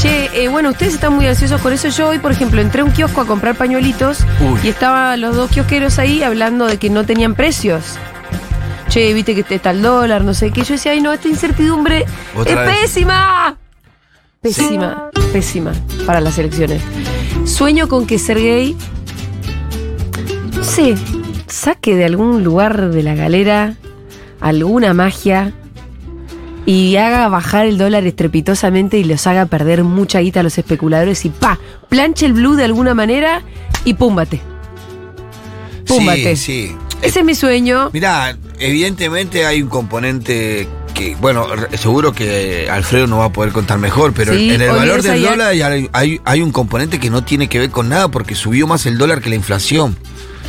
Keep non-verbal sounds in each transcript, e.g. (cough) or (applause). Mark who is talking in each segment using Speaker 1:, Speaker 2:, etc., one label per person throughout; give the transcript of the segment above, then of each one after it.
Speaker 1: Che, eh, bueno, ustedes están muy ansiosos con eso. Yo hoy, por ejemplo, entré a un kiosco a comprar pañuelitos
Speaker 2: Uy.
Speaker 1: y estaban los dos kiosqueros ahí hablando de que no tenían precios. Che, viste que te- está el dólar, no sé qué. Yo decía, ay, no, esta incertidumbre
Speaker 2: Otra
Speaker 1: es
Speaker 2: vez.
Speaker 1: pésima. Pésima, pésima para las elecciones. Sueño con que Sergei, no sé, saque de algún lugar de la galera alguna magia y haga bajar el dólar estrepitosamente y los haga perder mucha guita a los especuladores y pa, planche el blue de alguna manera y púmbate. Púmbate.
Speaker 2: Sí, sí.
Speaker 1: Ese es mi sueño.
Speaker 2: Mirá, evidentemente hay un componente que, bueno, re- seguro que Alfredo no va a poder contar mejor, pero
Speaker 1: Sí,
Speaker 2: en el
Speaker 1: hoy
Speaker 2: valor
Speaker 1: es
Speaker 2: del
Speaker 1: allá-
Speaker 2: dólar hay, hay- hay un componente que no tiene que ver con nada porque subió más el dólar que la inflación.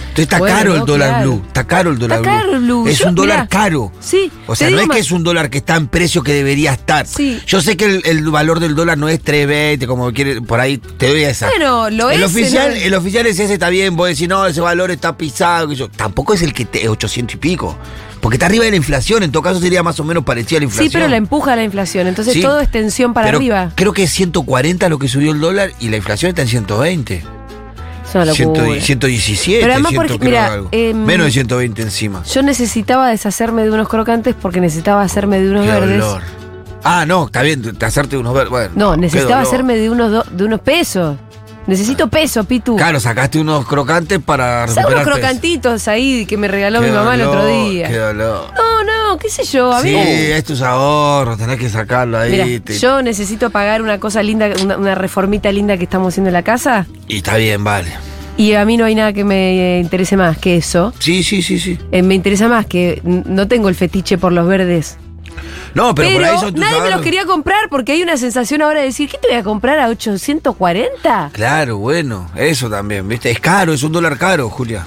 Speaker 2: Entonces está
Speaker 1: Bueno,
Speaker 2: caro el
Speaker 1: no,
Speaker 2: dólar
Speaker 1: claro.
Speaker 2: blue, está caro el dólar
Speaker 1: Está caro el blue.
Speaker 2: Es
Speaker 1: Yo-
Speaker 2: un dólar
Speaker 1: mirá,
Speaker 2: caro.
Speaker 1: sí,
Speaker 2: O
Speaker 1: te
Speaker 2: sea, no
Speaker 1: digo
Speaker 2: es
Speaker 1: más.
Speaker 2: que es un dólar que está en precio que debería estar.
Speaker 1: Sí.
Speaker 2: Yo sé que el, el valor del dólar no es 3.20, como quiere, por ahí te doy esa.
Speaker 1: Bueno, lo
Speaker 2: el
Speaker 1: es,
Speaker 2: Oficial,
Speaker 1: ¿no?
Speaker 2: El oficial es ese, está bien. Vos decís, no, ese valor está pisado. qué sé yo. Tampoco es el que te, es 800 y pico. Porque está arriba de la inflación. En todo caso sería más o menos parecido a la inflación.
Speaker 1: Sí, pero la empuja a la inflación. Entonces
Speaker 2: Sí.
Speaker 1: todo es tensión para
Speaker 2: Pero
Speaker 1: arriba.
Speaker 2: Creo que es 140 lo que subió el dólar y la inflación está en 120.
Speaker 1: Es una locura.
Speaker 2: 100 y- 117.
Speaker 1: Pero además
Speaker 2: 100
Speaker 1: porque,
Speaker 2: creo
Speaker 1: mira,
Speaker 2: algo.
Speaker 1: em,
Speaker 2: menos de 120 encima.
Speaker 1: Yo necesitaba deshacerme de unos crocantes porque necesitaba hacerme de unos
Speaker 2: Qué
Speaker 1: verdes.
Speaker 2: dolor. Ah, no, está bien, te hacerte unos verdes. Bueno,
Speaker 1: No,
Speaker 2: qué
Speaker 1: necesitaba
Speaker 2: dolor.
Speaker 1: hacerme de unos do- de unos pesos. Necesito peso, Pitu.
Speaker 2: Claro, sacaste unos crocantes para
Speaker 1: Sacá
Speaker 2: recuperar
Speaker 1: unos
Speaker 2: peso.
Speaker 1: crocantitos ahí que me regaló
Speaker 2: Qué
Speaker 1: mi mamá el otro
Speaker 2: dolor,
Speaker 1: día.
Speaker 2: Qué dolor.
Speaker 1: No, no, qué sé yo, a
Speaker 2: Sí,
Speaker 1: ver.
Speaker 2: es tus ahorros, tenés que sacarlo ahí.
Speaker 1: Mira,
Speaker 2: te-
Speaker 1: yo necesito pagar una cosa linda, una, una reformita linda que estamos haciendo en la casa
Speaker 2: Y está bien, vale.
Speaker 1: y a mí no hay nada que me eh, interese más que eso.
Speaker 2: Sí, sí, sí, sí.
Speaker 1: Eh, me interesa más que n- no tengo el fetiche por los verdes.
Speaker 2: No, pero,
Speaker 1: Pero,
Speaker 2: por ahí son tus
Speaker 1: nadie me los
Speaker 2: ahorros.
Speaker 1: quería comprar porque hay una sensación ahora de decir, ¿qué te voy a comprar a 840?
Speaker 2: Claro, bueno, eso también, ¿viste? Es caro, es un dólar caro, Julia.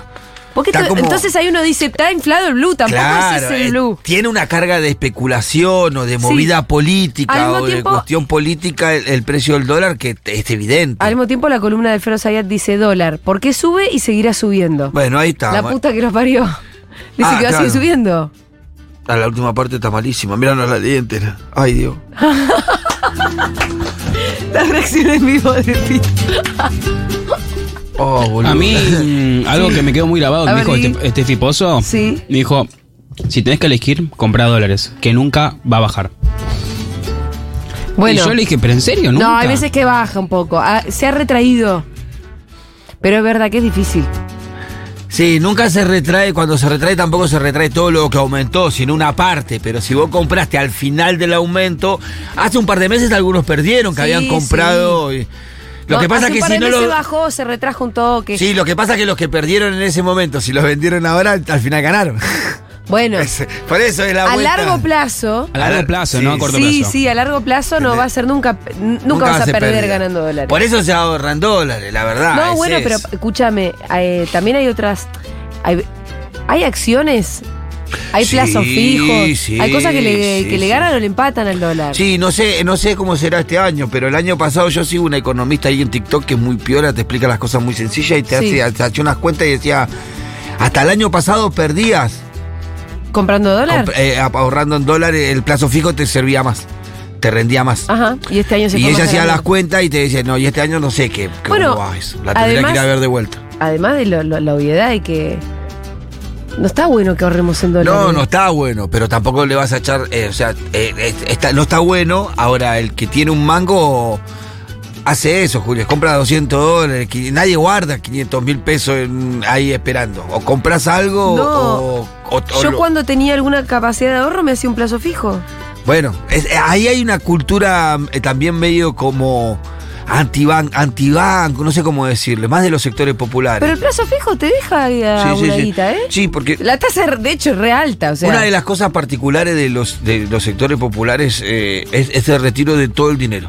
Speaker 1: Porque
Speaker 2: Está
Speaker 1: esto-
Speaker 2: como-
Speaker 1: entonces ahí uno dice, está inflado el blue, tampoco
Speaker 2: claro,
Speaker 1: es ese el
Speaker 2: eh,
Speaker 1: blue.
Speaker 2: tiene una carga de especulación o de movida
Speaker 1: Al
Speaker 2: política
Speaker 1: mismo
Speaker 2: o de
Speaker 1: tiempo-
Speaker 2: cuestión política el, el precio del dólar que te- es evidente.
Speaker 1: Al mismo tiempo la columna de Alfredo Zayat dice dólar, ¿por qué sube y seguirá subiendo?
Speaker 2: Bueno, ahí está.
Speaker 1: la
Speaker 2: ma-
Speaker 1: puta que nos parió. Dice
Speaker 2: Ah,
Speaker 1: que va a
Speaker 2: claro.
Speaker 1: seguir subiendo.
Speaker 2: Ah, la última parte está malísima. Míranos la dientes. Ay, Dios.
Speaker 1: La reacción en vivo de Pito.
Speaker 2: Oh, boludo.
Speaker 3: A mí, (laughs) mm, algo que me quedó muy grabado,
Speaker 1: A
Speaker 3: que me
Speaker 1: ver,
Speaker 3: dijo
Speaker 1: di.
Speaker 3: este, este fiposo,
Speaker 1: Sí.
Speaker 3: me dijo, si tenés que elegir, compra dólares, que nunca va a bajar.
Speaker 1: Bueno,
Speaker 3: Y yo le dije, pero en serio, nunca.
Speaker 1: no, hay veces que baja un poco, Ah, se ha retraído. Pero es verdad que es difícil.
Speaker 2: Sí, nunca se retrae, cuando se retrae tampoco se retrae todo lo que aumentó, sino una parte, pero si vos compraste al final del aumento, hace un par de meses algunos perdieron que
Speaker 1: Sí,
Speaker 2: habían comprado. y- Lo
Speaker 1: No,
Speaker 2: que pasa
Speaker 1: hace
Speaker 2: que
Speaker 1: un par
Speaker 2: si
Speaker 1: de
Speaker 2: no lo
Speaker 1: meses bajó, se retrajo un toque.
Speaker 2: Sí, lo que pasa es que los que perdieron en ese momento, si los vendieron ahora, al
Speaker 1: (laughs)
Speaker 2: final ganaron.
Speaker 1: Bueno,
Speaker 2: Es- Por eso es la
Speaker 1: a
Speaker 2: vuelta.
Speaker 1: largo plazo,
Speaker 3: A largo plazo,
Speaker 2: Ah, Sí,
Speaker 3: no a corto
Speaker 1: sí,
Speaker 3: plazo.
Speaker 1: sí, a largo plazo no
Speaker 2: ¿Entendés?
Speaker 1: va a ser nunca, n- nunca, vas a perder,
Speaker 2: pérdida.
Speaker 1: ganando dólares.
Speaker 2: Por eso se ahorran dólares, la verdad.
Speaker 1: no,
Speaker 2: Ah, es
Speaker 1: bueno, pero
Speaker 2: eso.
Speaker 1: escúchame, eh, también hay otras, hay, hay acciones, hay
Speaker 2: Sí,
Speaker 1: plazos fijos,
Speaker 2: sí,
Speaker 1: hay cosas que le,
Speaker 2: sí,
Speaker 1: que le
Speaker 2: sí.
Speaker 1: ganan o le empatan al dólar.
Speaker 2: Sí, no sé, no sé cómo será este año, pero el año pasado yo sigo una economista ahí en TikTok que es muy piola, te explica las cosas muy sencillas y te
Speaker 1: Sí.
Speaker 2: hace, te hace unas cuentas y decía, hasta el año pasado perdías
Speaker 1: ¿Comprando dólar?
Speaker 2: Compr- eh, ahorrando en dólares, el plazo fijo te servía más, te rendía más.
Speaker 1: Ajá, y este año se
Speaker 2: y
Speaker 1: fue
Speaker 2: ella
Speaker 1: más
Speaker 2: hacía
Speaker 1: ganando.
Speaker 2: las cuentas y te decía, no, y este año no sé qué, qué-
Speaker 1: Bueno,
Speaker 2: cómo va eso. la tendría
Speaker 1: además-
Speaker 2: que ir a ver de vuelta.
Speaker 1: Además de lo- lo- la obviedad de que no está bueno que ahorremos en dólares.
Speaker 2: No, no está bueno, pero tampoco le vas a echar, eh, o sea, eh, eh, está- no está bueno. Ahora, el que tiene un mango hace eso, Julio, compra 200 dólares, qui- nadie guarda 500 mil pesos en- ahí esperando. O compras algo
Speaker 1: No.
Speaker 2: o... o- o
Speaker 1: Yo
Speaker 2: lo-
Speaker 1: cuando tenía alguna capacidad de ahorro me hacía un plazo fijo.
Speaker 2: Bueno, es- eh, ahí hay una cultura eh, también medio como antibanco, antibanco, no sé cómo decirle, más de los sectores populares.
Speaker 1: Pero el plazo fijo te deja ahí a
Speaker 2: Sí, sí,
Speaker 1: una
Speaker 2: sí.
Speaker 1: guita, ¿eh?
Speaker 2: Sí, porque
Speaker 1: La tasa, es, de hecho, es re alta. O sea,
Speaker 2: Una de las cosas particulares de los, de los sectores populares eh, es, es el retiro de todo el dinero.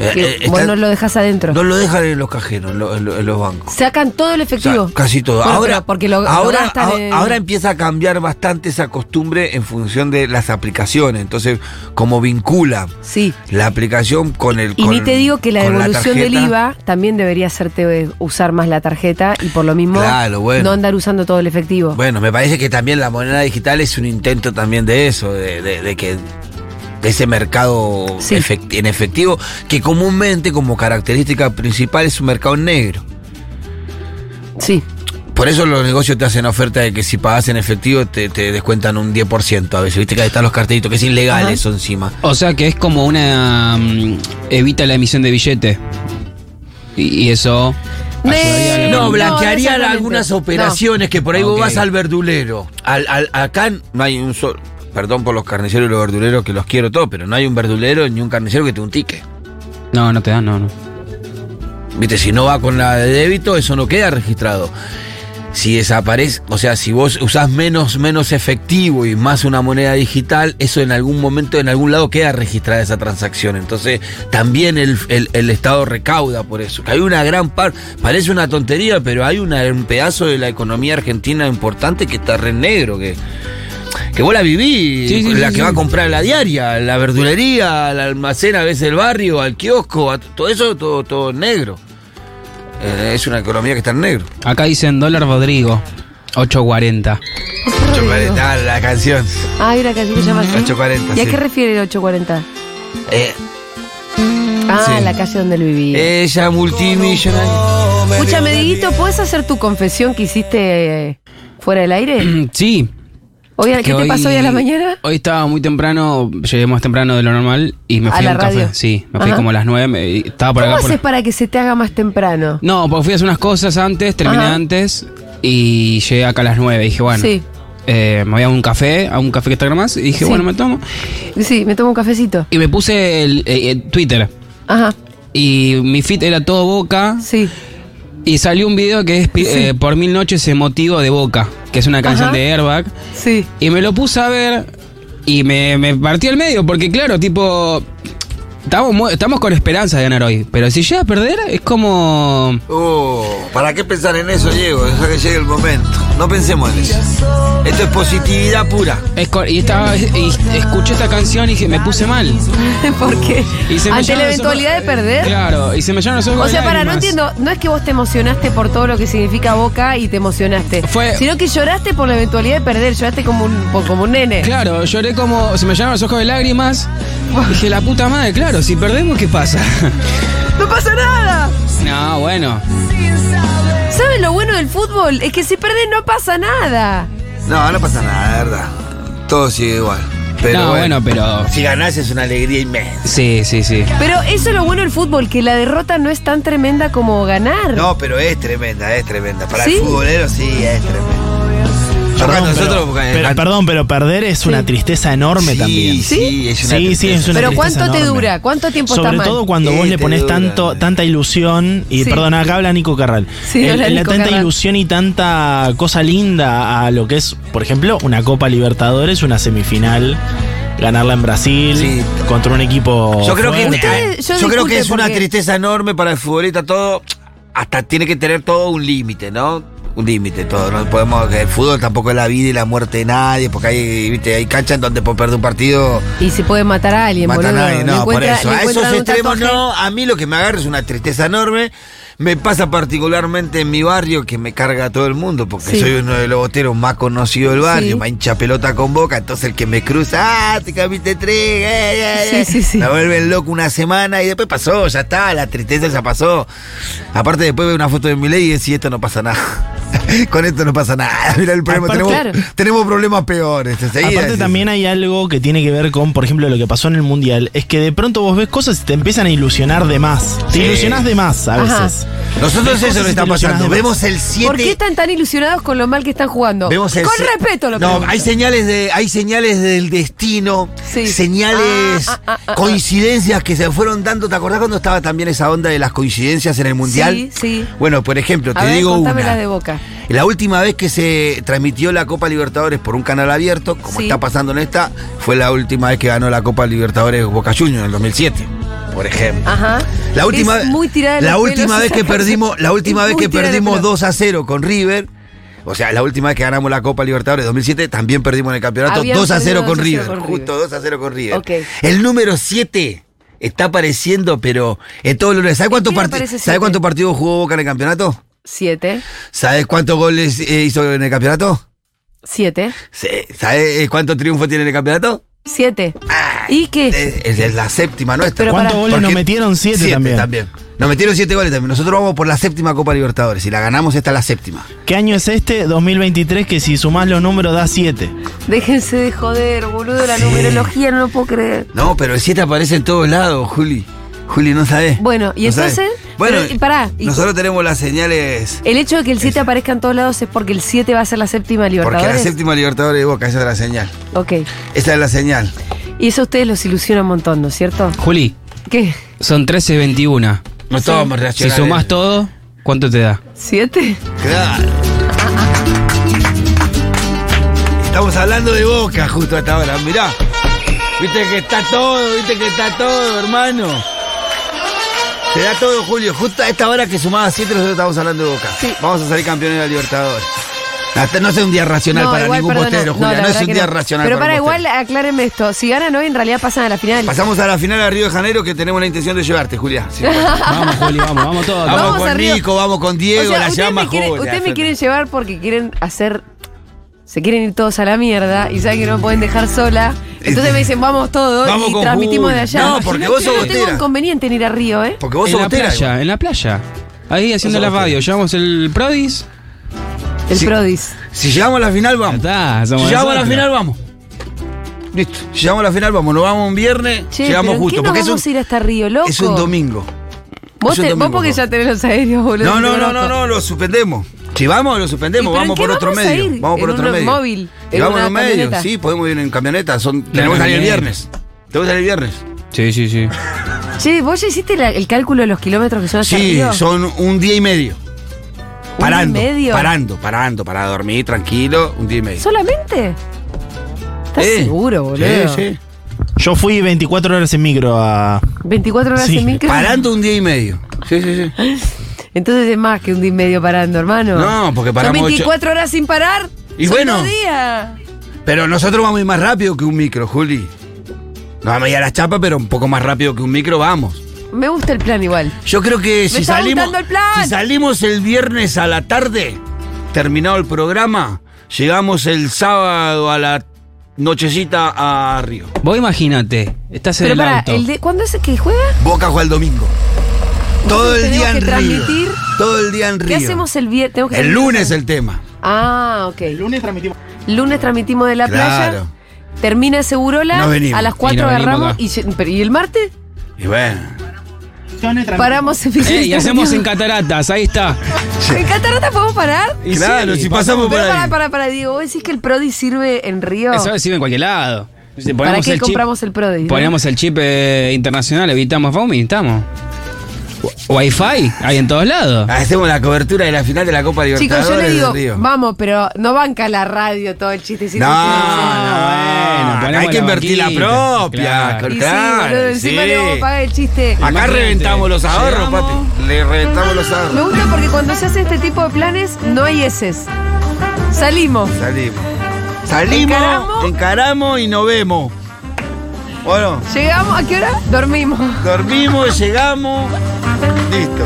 Speaker 2: Eh,
Speaker 1: que
Speaker 2: eh, está-
Speaker 1: vos no lo dejas adentro.
Speaker 2: no lo dejan en los cajeros, en, lo- en lo- en los bancos.
Speaker 1: Sacan todo el
Speaker 2: O sea,
Speaker 1: efectivo.
Speaker 2: casi todo.
Speaker 1: Bueno,
Speaker 2: ahora,
Speaker 1: pero porque lo, lo
Speaker 2: ahora,
Speaker 1: gastan
Speaker 2: ahora-
Speaker 1: en-
Speaker 2: ahora em- empieza a cambiar bastante esa costumbre en función de las aplicaciones. Entonces, como vincula
Speaker 1: Sí.
Speaker 2: la aplicación con el.
Speaker 1: Y
Speaker 2: con-
Speaker 1: ni te digo que la
Speaker 2: con
Speaker 1: devolución del
Speaker 2: tarjeta.
Speaker 1: IVA también debería hacerte eh, usar más la tarjeta y por lo mismo
Speaker 2: Claro, bueno.
Speaker 1: no andar usando todo el (laughs) efectivo.
Speaker 2: Bueno, me parece que también la moneda digital es un intento también de eso, de, de- de que de ese mercado
Speaker 1: Sí.
Speaker 2: efect- en efectivo, que comúnmente como característica principal es un mercado negro.
Speaker 1: Sí.
Speaker 2: Por eso los negocios te hacen oferta de que si pagas en efectivo te, te descuentan un 10%. A veces, viste que ahí están los cartelitos, que es ilegal
Speaker 1: Ajá.
Speaker 2: eso encima.
Speaker 3: O sea que es como una. mm, evita la emisión de billete. Y, y eso. ayudaría a la-
Speaker 1: Eh,
Speaker 2: No,
Speaker 1: no,
Speaker 2: blanquearían
Speaker 1: exactamente.
Speaker 2: algunas operaciones que por ahí vos
Speaker 3: Ok.
Speaker 2: vas al verdulero. Al, al- acá no hay un solo. Perdón por los carniceros y los verduleros que los quiero todos, pero no hay un verdulero ni un carnicero que te un ticket.
Speaker 3: No, no te dan, no, no.
Speaker 2: Viste, si no va con la de débito, eso no queda registrado. Si desaparece, o sea, si vos usás menos, menos efectivo y más una moneda digital, eso en algún momento, en algún lado queda registrada esa transacción. Entonces, también el, el- el Estado recauda por eso. Que hay una gran parte, parece una tontería, pero hay una- un pedazo de la economía argentina importante que está re en negro, que, que vos la vivís,
Speaker 3: Sí, sí,
Speaker 2: la
Speaker 3: sí,
Speaker 2: que
Speaker 3: sí.
Speaker 2: va a comprar a la diaria, la verdulería, al almacén a veces el barrio, al kiosco, a t- todo eso, todo, todo negro. Eh, es una economía que está en negro.
Speaker 3: Acá dicen dólar Rodrigo, 8.40.
Speaker 1: Rodrigo.
Speaker 2: la canción.
Speaker 1: Ah, hay una canción que se llama así.
Speaker 2: 840,
Speaker 1: ¿Y a
Speaker 2: sí.
Speaker 1: qué refiere el 840?
Speaker 2: Eh,
Speaker 1: Ah,
Speaker 2: Sí. Eh,
Speaker 1: la calle donde él vivía.
Speaker 2: ella multimillonaria.
Speaker 1: Escúchame, Dieguito, ¿puedes hacer tu confesión que hiciste eh, fuera del aire?
Speaker 3: Sí.
Speaker 1: Hoy, ¿Qué
Speaker 3: que
Speaker 1: te pasó hoy a la mañana?
Speaker 3: Hoy estaba muy temprano, llegué más temprano de lo normal y me
Speaker 1: ¿A
Speaker 3: fui
Speaker 1: la
Speaker 3: a un café.
Speaker 1: radio?
Speaker 3: Sí, me fui
Speaker 1: Ajá.
Speaker 3: como a las 9, me- y estaba por
Speaker 1: ¿Cómo
Speaker 3: acá. por-
Speaker 1: haces para que se te haga más temprano?
Speaker 3: No, porque fui a hacer unas cosas antes, terminé
Speaker 1: Ajá.
Speaker 3: antes y llegué acá a las 9. Dije, bueno,
Speaker 1: Sí.
Speaker 3: eh, me voy a un café, a un café que está acá más y dije,
Speaker 1: Sí.
Speaker 3: bueno, me tomo.
Speaker 1: Sí, me tomo un cafecito.
Speaker 3: Y me puse el, eh, eh, Twitter
Speaker 1: Ajá,
Speaker 3: y mi feed era todo boca.
Speaker 1: sí.
Speaker 3: Y salió un video que es pi- eh, Por Mil Noches Emotivo de Boca, que es una canción
Speaker 1: Ajá.
Speaker 3: de Airbag.
Speaker 1: Sí. (laughs)
Speaker 3: Y me lo puse a ver y me, me partí al medio, porque claro, tipo. Estamos, mu- estamos con esperanza de ganar hoy, pero si llega a perder es como.
Speaker 2: Oh, ¿para qué pensar en eso, Diego? Deja que llegue el momento. No pensemos en eso. Esto es positividad pura.
Speaker 3: es co- y, estaba, y escuché esta canción y dije, me puse mal.
Speaker 1: Porque
Speaker 3: Y se me
Speaker 1: ante la
Speaker 3: llenaron los ojos-
Speaker 1: eventualidad de perder.
Speaker 3: Claro, y se me llenaron los ojos
Speaker 1: O
Speaker 3: de
Speaker 1: sea, para, no
Speaker 3: lágrimas.
Speaker 1: entiendo, no es que vos te emocionaste por todo lo que significa Boca y te emocionaste,
Speaker 3: Fue-
Speaker 1: sino que lloraste por la eventualidad de perder, lloraste como un, po- como un nene.
Speaker 3: Claro, lloré como. Se me llenaron los ojos de lágrimas. Dije, la puta madre, claro, si perdemos, ¿qué pasa? (laughs)
Speaker 1: ¡No pasa nada!
Speaker 3: no, bueno.
Speaker 1: ¿Saben lo bueno del fútbol? Es que si perdés no pasa nada.
Speaker 2: No, no pasa nada, de verdad. Todo sigue igual. Pero
Speaker 3: no, bueno, pero.
Speaker 2: Si ganás es una alegría inmensa.
Speaker 3: Sí, sí, sí.
Speaker 1: Pero eso es lo bueno del fútbol, que la derrota no es tan tremenda como ganar.
Speaker 2: No, pero es tremenda, es tremenda. Para
Speaker 1: ¿Sí?
Speaker 2: el futbolero sí, es tremenda. Yo acá
Speaker 4: Perdón,
Speaker 2: nosotros,
Speaker 4: pero,
Speaker 2: porque-
Speaker 4: pero-
Speaker 2: acá-
Speaker 4: perdón, pero perder es
Speaker 1: Sí.
Speaker 4: una tristeza enorme
Speaker 2: sí,
Speaker 4: también.
Speaker 2: Sí, es una
Speaker 4: Sí, sí,
Speaker 2: tristeza.
Speaker 4: es una
Speaker 1: Pero
Speaker 4: tristeza
Speaker 1: ¿cuánto te
Speaker 4: enorme.
Speaker 1: dura? ¿Cuánto tiempo está
Speaker 4: Sobre
Speaker 1: mal?
Speaker 4: todo cuando vos
Speaker 2: Sí,
Speaker 4: le
Speaker 2: te
Speaker 4: pones
Speaker 2: dura.
Speaker 4: tanto, tanta ilusión, y
Speaker 1: Sí.
Speaker 4: perdón, acá habla Nico Carral.
Speaker 1: Sí,
Speaker 4: El-
Speaker 1: habla
Speaker 4: el-
Speaker 1: Nico
Speaker 4: tanta
Speaker 1: Carral.
Speaker 4: ilusión y tanta cosa linda a lo que es, por ejemplo, una Copa Libertadores, una semifinal, ganarla en Brasil,
Speaker 2: Sí.
Speaker 4: contra un equipo.
Speaker 2: Yo creo que,
Speaker 4: fuerte.
Speaker 1: Ustedes- yo
Speaker 2: yo creo que
Speaker 1: disculpe
Speaker 2: es una
Speaker 1: porque-
Speaker 2: tristeza enorme para el futbolista todo. Hasta tiene que tener todo un límite, ¿no? Un límite todo. No podemos. El fútbol tampoco es la vida y la muerte de nadie, porque hay, viste, hay canchas en donde por perder un partido
Speaker 1: Y se puede matar a alguien,
Speaker 2: mata a
Speaker 1: boludo.
Speaker 2: nadie.
Speaker 1: Le
Speaker 2: No, por
Speaker 1: encuentra-
Speaker 2: eso.
Speaker 1: le
Speaker 2: A esos
Speaker 1: encuentran un
Speaker 2: extremos
Speaker 1: tatuaje.
Speaker 2: no. A mí lo que me agarra es una tristeza enorme. Me pasa particularmente en mi barrio que me carga a todo el mundo, porque
Speaker 1: Sí.
Speaker 2: soy uno de los boteros más conocidos del barrio,
Speaker 1: Sí.
Speaker 2: más hincha pelota con boca, entonces el que me cruza, ah, te cambiaste tres, eh, eh, eh".
Speaker 1: Sí, sí, sí.
Speaker 2: me vuelven loco una semana y después pasó, ya está, la tristeza ya pasó. Aparte después veo una foto de mi ley y decís, esto no pasa nada. (laughs) Con esto no pasa nada. (laughs) Mira el problema,
Speaker 4: Aparte-
Speaker 2: tenemos,
Speaker 1: Claro.
Speaker 2: tenemos problemas peores. enseguida
Speaker 4: Aparte
Speaker 2: decís.
Speaker 4: también hay algo que tiene que ver con, por ejemplo, lo que pasó en el Mundial, es que de pronto vos ves cosas y te empiezan a ilusionar de más. Te
Speaker 2: Sí.
Speaker 4: ilusionás de más a
Speaker 1: Ajá.
Speaker 4: veces.
Speaker 2: Nosotros eso
Speaker 4: cosas
Speaker 2: nos está
Speaker 4: ilusionadas
Speaker 2: pasando.
Speaker 4: de más.
Speaker 2: Vemos el 7
Speaker 1: ¿Por qué están tan ilusionados con lo mal que están jugando?
Speaker 2: Vemos el
Speaker 1: con
Speaker 2: se-
Speaker 1: respeto lo
Speaker 2: No,
Speaker 1: pregunto.
Speaker 2: hay señales de hay señales del destino,
Speaker 1: Sí.
Speaker 2: señales
Speaker 1: Ah, ah, ah, ah,
Speaker 2: coincidencias que se fueron dando, ¿te acordás cuando estaba también esa onda de las coincidencias en el mundial?
Speaker 1: Sí, sí.
Speaker 2: Bueno, por ejemplo, te
Speaker 1: a ver,
Speaker 2: digo
Speaker 1: contame
Speaker 2: una.
Speaker 1: las de boca.
Speaker 2: La última vez que se transmitió la Copa Libertadores por un canal abierto, como
Speaker 1: Sí.
Speaker 2: está pasando en esta, fue la última vez que ganó la Copa Libertadores Boca Juniors en el 2007, por ejemplo.
Speaker 1: Ajá.
Speaker 2: La última,
Speaker 1: Es muy tirada de
Speaker 2: la
Speaker 1: los
Speaker 2: última
Speaker 1: pelos
Speaker 2: vez
Speaker 1: esa (laughs)
Speaker 2: que
Speaker 1: canción.
Speaker 2: perdimos, la última
Speaker 1: Es
Speaker 2: vez
Speaker 1: muy
Speaker 2: que
Speaker 1: tirada de los
Speaker 2: perdimos
Speaker 1: pelos.
Speaker 2: 2 a 0 con River. O sea, la última vez que ganamos la Copa Libertadores 2007 también perdimos en el campeonato
Speaker 1: Habíamos
Speaker 2: 2 a 0
Speaker 1: perdido 2 a 0
Speaker 2: con River.
Speaker 1: con River.
Speaker 2: Justo 2 a 0 con River.
Speaker 1: Ok.
Speaker 2: El número 7 está apareciendo, pero en todos los lugares. ¿Sabes cuántos
Speaker 1: qué
Speaker 2: parti-
Speaker 1: aparece
Speaker 2: ¿sabes
Speaker 1: siete?
Speaker 2: cuántos partidos jugó Boca en el campeonato?
Speaker 1: Siete.
Speaker 2: ¿Sabes cuántos goles eh, hizo en el campeonato?
Speaker 1: Siete.
Speaker 2: Sí. ¿Sabes eh, cuántos triunfos tiene en el campeonato?
Speaker 1: Siete. ¿Y qué?
Speaker 2: Es, es la séptima nuestra.
Speaker 1: Pero
Speaker 4: ¿Cuántos
Speaker 1: pará.
Speaker 4: goles nos
Speaker 2: Porque-
Speaker 4: metieron? Siete, también.
Speaker 2: Nos metieron siete goles también. Nosotros vamos por la séptima Copa Libertadores. Si la ganamos, esta es la séptima.
Speaker 4: ¿Qué año es este? 2023, que si sumás los números da 7.
Speaker 1: Déjense de joder, boludo, la
Speaker 2: Sí.
Speaker 1: numerología no lo puedo creer.
Speaker 2: No, pero el 7 aparece en todos lados, Juli. Juli, no sabés.
Speaker 1: Bueno, ¿y
Speaker 2: No sabés.
Speaker 1: entonces?
Speaker 2: Bueno,
Speaker 1: Pero, y pará, y-
Speaker 2: nosotros tenemos las señales.
Speaker 1: El hecho de que el 7 aparezca en todos lados es porque el 7 va a ser la séptima de
Speaker 2: Porque la
Speaker 1: Libertadores.
Speaker 2: séptima Libertadores de Boca, esa es la señal.
Speaker 1: Ok.
Speaker 2: Esa es la señal.
Speaker 1: Y eso a ustedes los ilusiona un montón, ¿no es cierto?
Speaker 3: Juli,
Speaker 1: ¿Qué?
Speaker 3: son 13.21.
Speaker 2: No estábamos
Speaker 3: Si
Speaker 2: reaccionando.
Speaker 3: sumás todo, ¿cuánto te da?
Speaker 1: ¿Siete?
Speaker 2: Claro. Estamos hablando de Boca justo hasta ahora, mirá. Viste que está todo, viste que está todo, hermano. Se da todo, Julio. Justo a esta hora que sumaba 7, nosotros estamos hablando de Boca.
Speaker 1: Sí.
Speaker 2: Vamos a salir campeones de la Libertadores. Hasta no es un día racional para
Speaker 1: igual,
Speaker 2: ningún
Speaker 1: perdona, la
Speaker 2: postero, Julia. No, es
Speaker 1: verdad
Speaker 2: un
Speaker 1: que
Speaker 2: día
Speaker 1: no.
Speaker 2: racional
Speaker 1: Pero para
Speaker 2: un
Speaker 1: igual,
Speaker 2: postero.
Speaker 1: aclárenme esto. Si ganan hoy, en realidad pasan a la final.
Speaker 2: Pasamos a la final a Río de Janeiro que tenemos la intención de llevarte, Julia.
Speaker 1: (laughs)
Speaker 2: Sí, bueno.
Speaker 3: Vamos, Juli, vamos, vamos todos.
Speaker 2: vamos,
Speaker 1: Vamos a
Speaker 2: con
Speaker 1: Río.
Speaker 2: Nico, vamos con
Speaker 1: O sea,
Speaker 2: Diego, la
Speaker 1: ustedes
Speaker 2: llama
Speaker 1: me quieren,
Speaker 2: Julia.
Speaker 1: ustedes me quieren llevar porque quieren hacer... Se quieren ir todos a la mierda y saben que no me pueden dejar sola. Entonces me dicen, vamos todos
Speaker 2: Vamos
Speaker 1: y
Speaker 2: con
Speaker 1: transmitimos de
Speaker 2: Julio.
Speaker 1: allá.
Speaker 2: No, porque
Speaker 1: Yo
Speaker 2: vos sos
Speaker 1: no tengo
Speaker 2: botera.
Speaker 1: inconveniente en ir a Río, ¿eh?
Speaker 2: Porque vos
Speaker 3: en
Speaker 2: sos
Speaker 3: la
Speaker 2: botera.
Speaker 3: playa,
Speaker 2: igual.
Speaker 3: en la playa. Ahí haciendo la
Speaker 2: botera.
Speaker 3: radio. Llevamos el Prodis.
Speaker 1: El
Speaker 2: Sí.
Speaker 1: Prodis.
Speaker 2: Si llegamos a la final,
Speaker 3: Ya
Speaker 2: vamos.
Speaker 3: está, somos
Speaker 2: Si llegamos a la
Speaker 3: nosotros.
Speaker 2: final, vamos. Listo. Si llegamos a la final, vamos. Nos vamos un viernes,
Speaker 1: Che,
Speaker 2: llegamos
Speaker 1: pero ¿en
Speaker 2: justo.
Speaker 1: qué nos
Speaker 2: porque es
Speaker 1: vamos
Speaker 2: un,
Speaker 1: a ir hasta Río, loco?
Speaker 2: es un domingo.
Speaker 1: Vos,
Speaker 2: es un
Speaker 1: te- vos
Speaker 2: domingo,
Speaker 1: porque
Speaker 2: loco.
Speaker 1: ya tenés los aéreos, boludo.
Speaker 2: No,
Speaker 1: te
Speaker 2: no, no,
Speaker 1: conozco.
Speaker 2: no, no, lo suspendemos. Si vamos, lo suspendemos.
Speaker 1: ¿Y pero en
Speaker 2: Vamos
Speaker 1: qué
Speaker 2: por otro
Speaker 1: vamos a
Speaker 2: medio.
Speaker 1: ir?
Speaker 2: Vamos por
Speaker 1: ¿En
Speaker 2: otro
Speaker 1: un
Speaker 2: medio.
Speaker 1: móvil?
Speaker 2: Y
Speaker 1: ¿En
Speaker 2: vamos
Speaker 1: una
Speaker 2: en un medio.
Speaker 1: camioneta?
Speaker 2: Sí, podemos ir en camioneta. Son, tenemos que salir el
Speaker 3: camioneta.
Speaker 2: viernes. Tenemos que salir el viernes.
Speaker 3: Sí, sí, sí.
Speaker 1: Che, ¿vos ya hiciste la- el cálculo de los kilómetros que son hasta
Speaker 2: Sí,
Speaker 1: Río?
Speaker 2: son un día y medio.
Speaker 1: y
Speaker 2: Parando,
Speaker 1: medio?
Speaker 2: parando, parando, para dormir tranquilo, un día y medio.
Speaker 1: ¿Solamente? ¿Estás
Speaker 2: Eh,
Speaker 1: seguro, boludo?
Speaker 2: Sí, sí.
Speaker 4: Yo fui 24 horas en micro a.
Speaker 1: 24 horas
Speaker 4: Sí,
Speaker 1: en micro.
Speaker 2: Parando un día y medio. Sí, sí, sí.
Speaker 1: Entonces es más que un día y medio parando, hermano.
Speaker 2: No, porque paramos
Speaker 1: Son
Speaker 2: ocho-
Speaker 1: 24 horas sin parar.
Speaker 2: Y
Speaker 1: Son
Speaker 2: bueno.
Speaker 1: dos días.
Speaker 2: Pero nosotros vamos a ir más rápido que un micro, Juli. No vamos a ir a las chapas, pero un poco más rápido que un micro vamos.
Speaker 1: Me gusta el plan igual.
Speaker 2: Yo creo que si
Speaker 1: está
Speaker 2: salimos,
Speaker 1: gustando el plan.
Speaker 2: si salimos el viernes a la tarde, terminado el programa, llegamos el sábado a la nochecita a Río.
Speaker 3: Vos imaginate, estás en
Speaker 1: Pero
Speaker 3: el
Speaker 1: para,
Speaker 3: auto.
Speaker 1: el de- ¿cuándo es que juega?
Speaker 2: Boca juega el domingo. Todo el
Speaker 1: tenemos
Speaker 2: día
Speaker 1: que
Speaker 2: en Río.
Speaker 1: transmitir.
Speaker 2: Todo el día en Río.
Speaker 1: ¿Qué hacemos el viernes? Tengo que
Speaker 2: El
Speaker 1: salir-
Speaker 2: lunes el tema.
Speaker 1: Ah, ok.
Speaker 4: Lunes transmitimos.
Speaker 1: Lunes transmitimos de la
Speaker 2: Claro.
Speaker 1: playa. Termina ese Urola
Speaker 2: Nos venimos.
Speaker 1: a las
Speaker 3: Y
Speaker 1: 4
Speaker 3: nos venimos
Speaker 1: agarramos.
Speaker 3: acá.
Speaker 1: Y, lle- pero, ¿Y el martes?
Speaker 2: Y bueno.
Speaker 1: Paramos en
Speaker 3: Eh,
Speaker 1: (laughs)
Speaker 3: y hacemos en cataratas, ahí está.
Speaker 1: ¿En Catarata podemos parar?
Speaker 3: Y
Speaker 2: claro,
Speaker 3: sí,
Speaker 2: si pasamos por
Speaker 1: Pero
Speaker 2: ahí.
Speaker 1: para, para, para, digo, vos decís que el Prodi sirve en Río.
Speaker 3: Eso sirve en cualquier lado. Si
Speaker 1: ¿Para
Speaker 3: ponemos
Speaker 1: qué
Speaker 3: el chip-
Speaker 1: compramos el Prodi? no?
Speaker 3: Ponemos el chip eh, internacional, evitamos roaming, estamos. Wi-Fi, hay en todos lados.
Speaker 2: Hacemos la cobertura de la final de la Copa Libertadores.
Speaker 1: Chicos, yo le
Speaker 2: de
Speaker 1: digo,
Speaker 2: Río.
Speaker 1: vamos, pero no banca la radio todo el chiste. si
Speaker 2: No,
Speaker 1: no
Speaker 2: no,
Speaker 3: bueno,
Speaker 2: hay
Speaker 3: ponemos
Speaker 2: que
Speaker 3: la
Speaker 2: invertir la
Speaker 3: banquita,
Speaker 2: propia.
Speaker 3: claro.
Speaker 1: Y sí,
Speaker 2: claro,
Speaker 1: boludo, encima
Speaker 2: sí.
Speaker 1: le vamos a pagar el chiste.
Speaker 2: Acá
Speaker 3: Imagínate,
Speaker 2: reventamos los ahorros,
Speaker 3: llegamos.
Speaker 2: papi. Le reventamos los
Speaker 1: Me
Speaker 2: ahorros.
Speaker 1: gusta porque cuando se hace este tipo de planes, no hay eses. Salimos.
Speaker 2: Salimos. Salimos,
Speaker 1: Encaramos.
Speaker 2: encaramos, y nos vemos. Bueno,
Speaker 1: Llegamos, ¿a qué hora? Dormimos.
Speaker 2: dormimos, llegamos. Listo.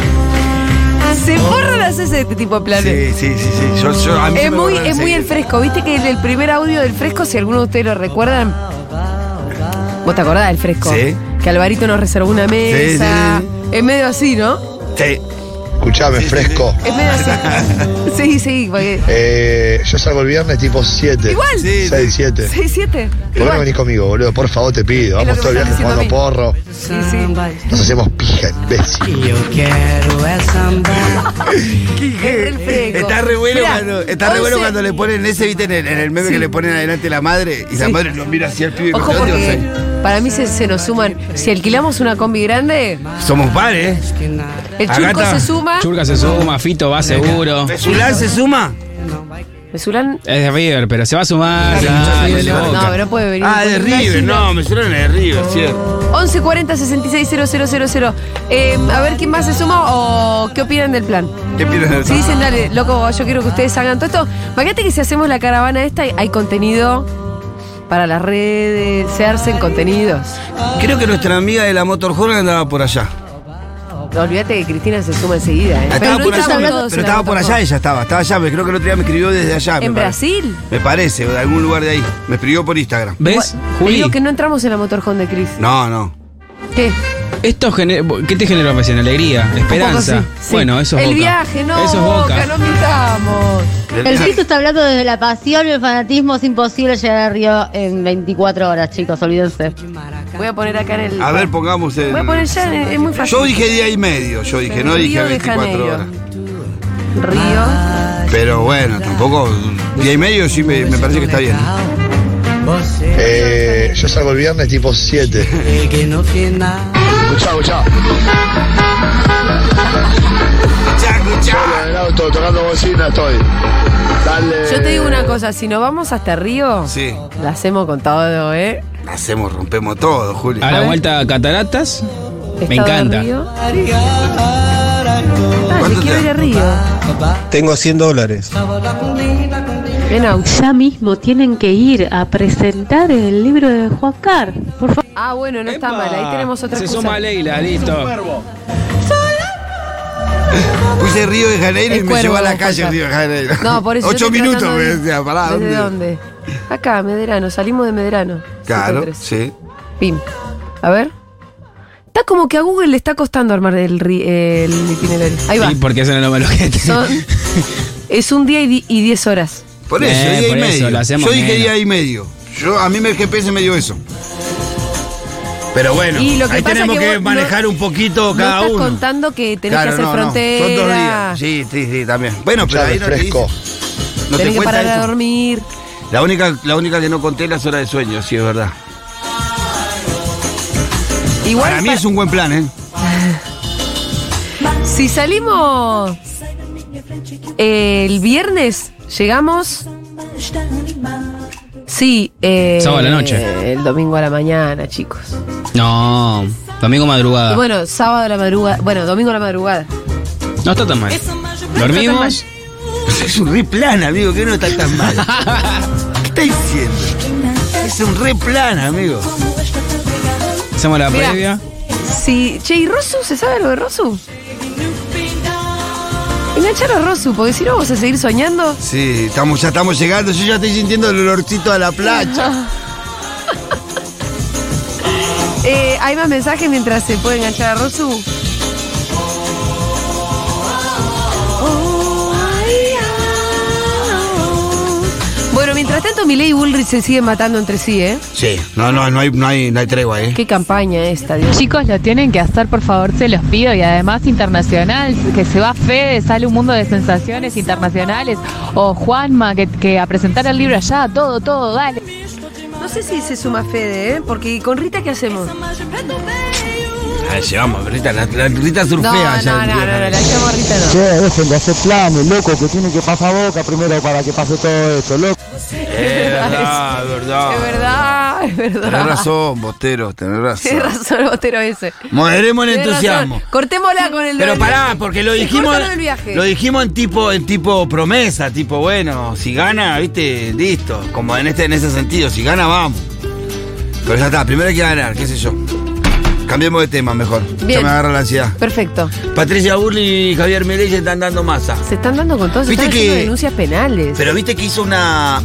Speaker 1: Se
Speaker 2: Oh.
Speaker 1: borran las eses de este tipo de planes.
Speaker 2: Sí, sí, sí, sí. Yo, yo- a mí se
Speaker 1: Es
Speaker 2: me
Speaker 1: muy,
Speaker 2: borraron
Speaker 1: es muy el
Speaker 2: enseguida.
Speaker 1: fresco. ¿Viste que en el primer audio del fresco, si alguno de ustedes lo recuerdan? ¿Vos te acordás del fresco?
Speaker 2: Sí.
Speaker 1: Que Alvarito nos reservó una mesa.
Speaker 2: Sí,
Speaker 1: Es medio así, ¿no?
Speaker 2: Sí.
Speaker 5: Escuchame, fresco.
Speaker 1: Es medio
Speaker 2: (laughs)
Speaker 1: así. sí, sí, porque.
Speaker 2: Este.
Speaker 5: Eh, yo salgo el viernes tipo 7.
Speaker 1: Igual.
Speaker 2: Sí,
Speaker 5: 6, 7.
Speaker 1: 6, 7.
Speaker 5: ¿Por qué no venís conmigo, boludo? Por favor, te pido.
Speaker 1: Es lo
Speaker 5: Vamos
Speaker 1: que
Speaker 5: todo el
Speaker 1: me
Speaker 5: viernes
Speaker 1: están
Speaker 5: jugando
Speaker 1: diciendo
Speaker 5: porro.
Speaker 1: Sí, sí.
Speaker 5: Nos hacemos pija, imbécil.
Speaker 1: Es el fresco.
Speaker 2: Está re bueno,
Speaker 1: Mirá,
Speaker 2: cuando, está re bueno
Speaker 1: 11.
Speaker 2: cuando le ponen ese, viste, en el, en el meme que le ponen adelante la madre y la
Speaker 1: Sí.
Speaker 2: madre lo mira hacia el pibe con
Speaker 1: Ojo
Speaker 2: los ojos,
Speaker 1: porque
Speaker 2: o
Speaker 1: para mí se, se nos suman. Si alquilamos una combi grande,
Speaker 2: sea, Somos pares. ¿eh?
Speaker 1: el
Speaker 2: Acá
Speaker 1: churco
Speaker 2: está.
Speaker 1: se suma.
Speaker 3: Churca se suma, Fito va seguro. Es
Speaker 2: ¿Zulán se suma?
Speaker 1: Mesulán.
Speaker 3: de River, pero se va a sumar. dale, dale,
Speaker 1: No,
Speaker 3: Boca.
Speaker 1: pero no puede venir.
Speaker 2: Ah, de
Speaker 1: Porque
Speaker 2: River,
Speaker 1: imagino-
Speaker 2: no, me suena de River, cierto.
Speaker 1: 1140 660000. Eh, a ver quién más se suma o qué opinan del plan.
Speaker 2: ¿Qué piensas
Speaker 1: Si dicen, dale, loco, yo quiero que ustedes hagan todo esto. Imagínate que si hacemos la caravana esta, hay contenido para las redes, se hacen contenidos.
Speaker 2: Creo que nuestra amiga de la Motorhome andaba por allá.
Speaker 1: Olvídate que Cristina se suma enseguida. ¿eh?
Speaker 2: estaba
Speaker 1: no
Speaker 2: por allá,
Speaker 1: estaban
Speaker 2: pero-
Speaker 1: todos en
Speaker 2: pero estaba por
Speaker 1: Autocom.
Speaker 2: allá, ella estaba, estaba allá. Creo que el otro día me escribió desde allá. me
Speaker 1: ¿En
Speaker 2: parece.
Speaker 1: Brasil?
Speaker 2: Me parece, de algún lugar de ahí. Me escribió por Instagram.
Speaker 3: ¿Ves?
Speaker 1: Bueno, te
Speaker 3: Juli,
Speaker 1: digo que no entramos en la motorhome de Cris.
Speaker 2: No, no.
Speaker 1: ¿Qué?
Speaker 3: esto gener- ¿qué te generó recién? Alegría, esperanza.
Speaker 1: Un poco sí, sí.
Speaker 3: Bueno, eso es
Speaker 1: El
Speaker 3: Boca.
Speaker 1: viaje, no,
Speaker 3: Eso es Boca.
Speaker 1: Boca, no mintamos.
Speaker 6: El Cristo está hablando desde la pasión y el fanatismo. Es imposible llegar a Río en 24 horas, chicos, olvídense.
Speaker 1: Voy a poner acá en el.
Speaker 2: A ver, pongamos el.
Speaker 1: Voy a poner ya, es es muy fácil.
Speaker 2: Yo dije día y medio, yo dije, no dije
Speaker 1: Río de
Speaker 2: 24
Speaker 1: Janeiro.
Speaker 2: horas.
Speaker 1: Río.
Speaker 2: Pero bueno, tampoco. Día y medio sí me, me parece que está bien.
Speaker 5: Eh, yo salgo el viernes tipo 7. Chao, chao. Solo en el auto tocando bocina estoy. Dale.
Speaker 1: Yo te digo una cosa, si nos vamos hasta Río,
Speaker 2: Sí,
Speaker 1: la hacemos con todo, ¿eh?
Speaker 2: hacemos, rompemos todo, Julio.
Speaker 3: A
Speaker 1: A
Speaker 3: la
Speaker 1: ver.
Speaker 3: vuelta a Cataratas. Me
Speaker 1: Estado de
Speaker 3: encanta.
Speaker 1: Río. Ah,
Speaker 2: ¿Cuánto
Speaker 1: yo quiero
Speaker 2: te-
Speaker 1: ir a Río.
Speaker 7: Tengo 100 dólares.
Speaker 1: En auto.
Speaker 8: Ya mismo tienen que ir a presentar el libro de Juan Car. Por favor.
Speaker 1: Ah, bueno, no está
Speaker 3: Epa,
Speaker 1: mal. Ahí tenemos otra
Speaker 3: Se
Speaker 1: excusa.
Speaker 3: suma Leila, listo.
Speaker 2: Puse Río de Janeiro y
Speaker 1: El
Speaker 2: me
Speaker 1: cuervo,
Speaker 2: llevó a la
Speaker 1: vos,
Speaker 2: calle
Speaker 1: Juanca.
Speaker 2: Río de Janeiro.
Speaker 1: No, por eso. yo
Speaker 2: Ocho
Speaker 1: estoy
Speaker 2: minutos
Speaker 1: tratando
Speaker 2: me
Speaker 1: de-
Speaker 2: decía, pará,
Speaker 1: ¿Desde
Speaker 2: ¿dónde?
Speaker 1: dónde? Acá, Medrano. Salimos de Medrano.
Speaker 2: Claro,
Speaker 1: 7-3.
Speaker 2: sí.
Speaker 1: Pim. A ver. Está como que a Google le está costando armar el, ri- el itinerario. Ahí va.
Speaker 3: Sí, porque eso no lo malo que te-
Speaker 1: Son- es un día y, di- y diez horas.
Speaker 2: Por
Speaker 3: Eh,
Speaker 2: eso, día
Speaker 3: por
Speaker 2: y
Speaker 3: eso,
Speaker 2: medio.
Speaker 3: lo hacemos
Speaker 2: Yo dije
Speaker 3: menos.
Speaker 2: día y medio. Yo, a mí me- el GPS me dio eso. Pero bueno,
Speaker 1: Y lo que
Speaker 2: ahí
Speaker 1: pasa
Speaker 2: tenemos
Speaker 1: es que
Speaker 2: que,
Speaker 1: vos no-
Speaker 2: manejar un poquito
Speaker 1: no
Speaker 2: cada
Speaker 1: estás
Speaker 2: uno.
Speaker 1: contando que tenés
Speaker 2: Claro,
Speaker 1: que hacer
Speaker 2: no, no.
Speaker 1: frontera.
Speaker 2: Son dos días. Sí, sí, sí, también. Bueno, pero
Speaker 5: Chao,
Speaker 2: ahí no te,
Speaker 5: fresco.
Speaker 2: dice- no te
Speaker 1: tenés que
Speaker 2: cuenta
Speaker 1: parar a
Speaker 2: eso.
Speaker 1: dormir.
Speaker 2: La única, la única que no conté es las horas de sueño, sí, es verdad.
Speaker 1: Igual
Speaker 2: Para mí
Speaker 1: pa-
Speaker 2: es un buen plan, ¿eh?
Speaker 1: si salimos el viernes, llegamos. Sí, eh,
Speaker 3: Sábado a la noche.
Speaker 1: El domingo a la mañana, chicos.
Speaker 3: (laughs) No, domingo
Speaker 2: Ah.
Speaker 3: madrugada.
Speaker 1: Y bueno, sábado a la madrugada. Bueno, domingo a la madrugada.
Speaker 3: No está tan mal. Dormimos.
Speaker 2: Pues Es un re plan, amigo, que no está tan mal. ¿Qué está diciendo? Es un re plan, amigo.
Speaker 3: Hacemos la
Speaker 1: Mirá.
Speaker 3: previa.
Speaker 1: Sí, che, ¿y Rosu? ¿Se sabe algo de Rosu? Enganchar a Rosu, porque si no vamos a seguir soñando.
Speaker 2: Sí, estamos, ya estamos llegando. Yo ya estoy sintiendo el olorcito a la playa.
Speaker 1: Eh, ¿Hay más mensajes mientras se puede enganchar a Rosu? Bueno, mientras tanto, Milei y Bullrich se siguen matando entre sí, ¿eh?
Speaker 2: Sí, no, no, no hay, no hay, no hay tregua, ¿eh?
Speaker 1: Qué campaña esta, Dios.
Speaker 9: Chicos, lo tienen que hacer, por favor, se los pido. Y además, internacional, que se va Fede, sale un mundo de sensaciones internacionales. O Juanma, que, que Eh, a presentar el libro allá, todo, todo, dale.
Speaker 1: No sé si se suma Fede, ¿eh? Porque con Rita, ¿qué hacemos?
Speaker 2: Ah, llevamos, Rita, la, la Rita surfea ya.
Speaker 1: llamo a Rita no.
Speaker 7: dejen de hacer planes, loco, que tiene que pasar boca primero para que pase todo esto, loco.
Speaker 2: Es verdad, es verdad.
Speaker 1: Es verdad, es verdad.
Speaker 2: Tenés
Speaker 1: (laughs)
Speaker 2: razón, Bostero, tenés razón.
Speaker 1: Tienes razón, Botero ese.
Speaker 2: Moderemos el
Speaker 1: Tenés
Speaker 2: entusiasmo.
Speaker 1: razón. Cortémosla con el
Speaker 2: Pero
Speaker 1: del-
Speaker 2: pará, porque lo
Speaker 1: Sí,
Speaker 2: dijimos.
Speaker 1: corta lo del viaje.
Speaker 2: Lo dijimos en tipo, en tipo promesa, tipo, bueno, si gana, viste, listo. Como en este, en ese sentido, si gana, vamos. Pero ya está, primero hay que ganar, qué sé yo. Cambiemos de tema mejor. Ya
Speaker 1: Bien.
Speaker 2: me agarra la ansiedad.
Speaker 1: Perfecto.
Speaker 2: Patricia Burley y Javier Milei se están dando masa.
Speaker 1: Se están dando con todo, se
Speaker 2: Viste
Speaker 1: están haciendo
Speaker 2: que-
Speaker 1: denuncias penales.
Speaker 2: Pero viste que hizo una.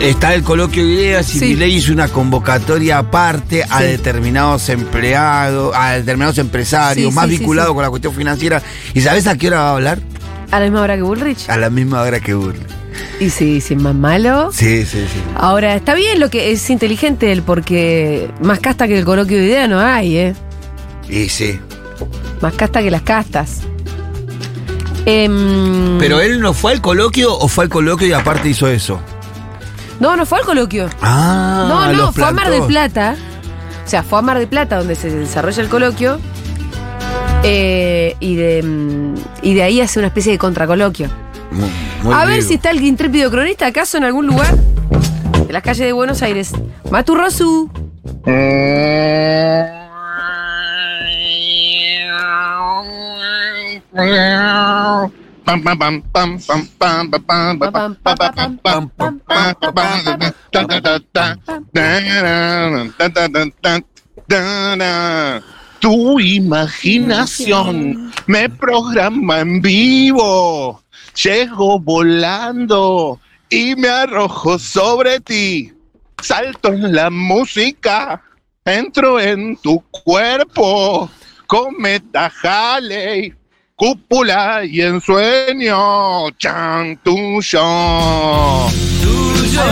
Speaker 2: Está el coloquio de ideas y
Speaker 1: Sí.
Speaker 2: Milei hizo una convocatoria aparte a
Speaker 1: Sí.
Speaker 2: determinados empleados, a determinados empresarios,
Speaker 1: Sí,
Speaker 2: más
Speaker 1: sí, sí,
Speaker 2: vinculados
Speaker 1: sí.
Speaker 2: con la cuestión financiera. ¿Y sabes a qué hora va a hablar?
Speaker 1: A la misma hora que Bullrich.
Speaker 2: A la misma hora que Burley.
Speaker 1: Y sí, sí, más malo.
Speaker 2: Sí, sí, sí.
Speaker 1: Ahora, está bien lo que es inteligente él, porque más casta que el coloquio de idea no hay, ¿eh?
Speaker 2: Y sí.
Speaker 1: Más casta que las castas. Em,
Speaker 2: Pero él no fue al coloquio o fue al coloquio y aparte hizo eso.
Speaker 1: No, no fue al coloquio.
Speaker 2: Ah,
Speaker 1: no, no,
Speaker 2: los
Speaker 1: fue a Mar del
Speaker 2: plantó.
Speaker 1: Plata. O sea, fue a Mar del Plata donde se desarrolla el coloquio. eh, y, de, mm, y de ahí hace una especie de contracoloquio.
Speaker 2: Muy- muy
Speaker 1: a ver
Speaker 2: vivo.
Speaker 1: si está el intrépido cronista acaso en algún lugar de las calles de Buenos Aires. Maturrosu.
Speaker 10: Pam, pam, pam, pam, pam, pam, pam, pam,
Speaker 1: Pa, pam,
Speaker 10: pam,
Speaker 1: pa,
Speaker 10: pam,
Speaker 1: pa,
Speaker 10: pam,
Speaker 1: pam,
Speaker 10: pam,
Speaker 1: pam, pam, pam, pam, pam, pam,
Speaker 10: pam, pam, ta, ta, ta, ta, ta, ta, ta, ta, ta, ta, ta, ta, ta. Tu imaginación me programa en vivo. Llego volando y me arrojo sobre ti. Salto en la música, entro en tu cuerpo. Cometa Halley, cúpula y ensueño. Chan tuyo. Tuyo.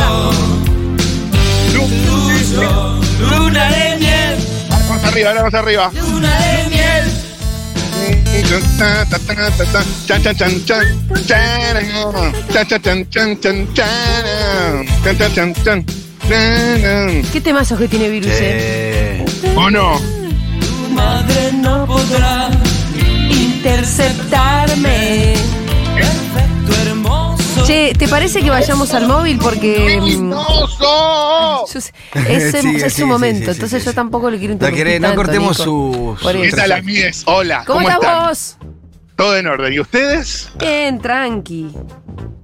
Speaker 11: Luna de miel,
Speaker 10: Vamos arriba, vamos arriba.
Speaker 11: luna de miel.
Speaker 10: Chan, chan, chan, chan, chan, chan, chan, chan, chan, chan, chan, chan, chan, chan, chan, chan.
Speaker 1: ¿Qué temazos que tiene Virus? eh?
Speaker 10: ¿O no?
Speaker 11: Tu madre no podrá interceptarme. Perfecto, hermoso.
Speaker 1: Che, ¿te parece que vayamos al móvil? Porque. mm, yo sé- Es,
Speaker 2: (laughs) Sí,
Speaker 1: es
Speaker 2: sí,
Speaker 1: su
Speaker 2: sí,
Speaker 1: momento,
Speaker 2: sí, sí,
Speaker 1: entonces
Speaker 2: sí,
Speaker 1: yo
Speaker 2: sí.
Speaker 1: tampoco le quiero
Speaker 2: No,
Speaker 1: interrumpir.
Speaker 2: querés- no
Speaker 1: tanto,
Speaker 2: cortemos
Speaker 1: Nico.
Speaker 2: su.
Speaker 1: Por
Speaker 2: su
Speaker 1: eso.
Speaker 10: ¿Qué tal, amigues? Hola,
Speaker 1: ¿Cómo,
Speaker 10: ¿cómo están?
Speaker 1: estás vos?
Speaker 10: ¿Todo en orden? ¿Y ustedes?
Speaker 1: Bien, tranqui.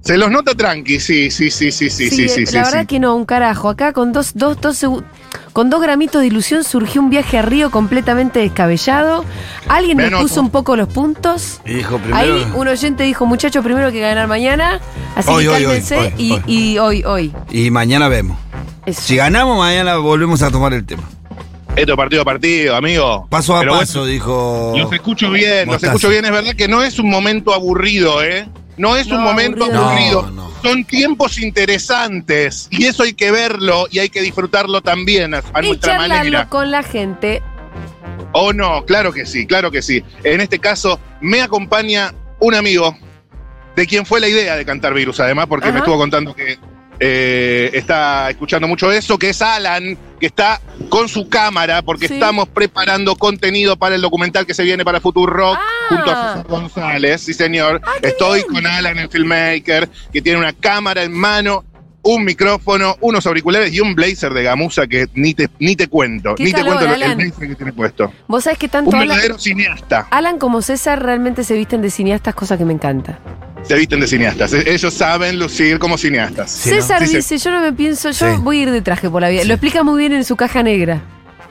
Speaker 10: Se los nota tranqui, sí, sí, sí, sí, sí, sí, sí,
Speaker 1: eh, la
Speaker 10: sí.
Speaker 1: verdad
Speaker 10: sí.
Speaker 1: que no, un carajo. Acá con dos, dos, dos segu- con dos gramitos de ilusión surgió un viaje a Río completamente descabellado. Alguien
Speaker 10: Me
Speaker 1: me
Speaker 10: anoto.
Speaker 1: puso un poco los puntos.
Speaker 2: Hijo, primero.
Speaker 1: Ahí un oyente dijo, muchachos, primero hay que ganar mañana. Así
Speaker 2: Hoy,
Speaker 1: que
Speaker 2: hoy, hoy,
Speaker 1: cálmense
Speaker 2: hoy,
Speaker 1: y,
Speaker 2: hoy.
Speaker 1: y hoy, hoy.
Speaker 2: Y mañana vemos.
Speaker 1: Eso.
Speaker 2: Si ganamos, mañana volvemos a tomar el tema.
Speaker 10: Esto partido a partido, amigo.
Speaker 2: Paso a
Speaker 10: Pero
Speaker 2: paso,
Speaker 10: bueno,
Speaker 2: dijo.
Speaker 10: Los escucho bien, los
Speaker 2: Mostaza.
Speaker 10: escucho bien. Es verdad que no es un momento aburrido, ¿eh? No es
Speaker 1: No,
Speaker 10: un momento
Speaker 1: aburrido no.
Speaker 10: aburrido.
Speaker 2: No, no.
Speaker 10: Son tiempos interesantes y eso hay que verlo y hay que disfrutarlo también a, a
Speaker 1: y
Speaker 10: nuestra
Speaker 1: charlarlo
Speaker 10: manera.
Speaker 1: con la gente.
Speaker 10: ¿O Oh, no? Claro que sí, claro que sí. En este caso me acompaña un amigo de quien fue la idea de cantar Virus, además, porque
Speaker 1: Ajá.
Speaker 10: me estuvo contando que eh, está escuchando mucho eso, que es Alan, que está con su cámara, porque
Speaker 1: Sí.
Speaker 10: estamos preparando contenido para el documental que se viene para Futuro Rock,
Speaker 1: Ah.
Speaker 10: junto a César González, sí señor. Estoy con Alan, el filmmaker, que tiene una cámara en mano. Un micrófono, unos auriculares y un blazer de gamuza que ni te, ni te cuento.
Speaker 1: Qué
Speaker 10: ni
Speaker 1: calor,
Speaker 10: te cuento lo-
Speaker 1: Alan.
Speaker 10: el blazer que tiene puesto.
Speaker 1: Vos sabés que tanto
Speaker 10: Un
Speaker 1: Alan,
Speaker 10: verdadero cineasta.
Speaker 1: Alan como César realmente se visten de cineastas, cosa que me encanta.
Speaker 10: Se visten de cineastas. E- Ellos saben lucir como cineastas.
Speaker 2: ¿no?
Speaker 1: César
Speaker 10: Sí, sí.
Speaker 1: dice, yo no me pienso, yo
Speaker 2: Sí.
Speaker 1: voy a ir de traje por la vida.
Speaker 2: Sí.
Speaker 1: Lo explica muy bien en su caja negra.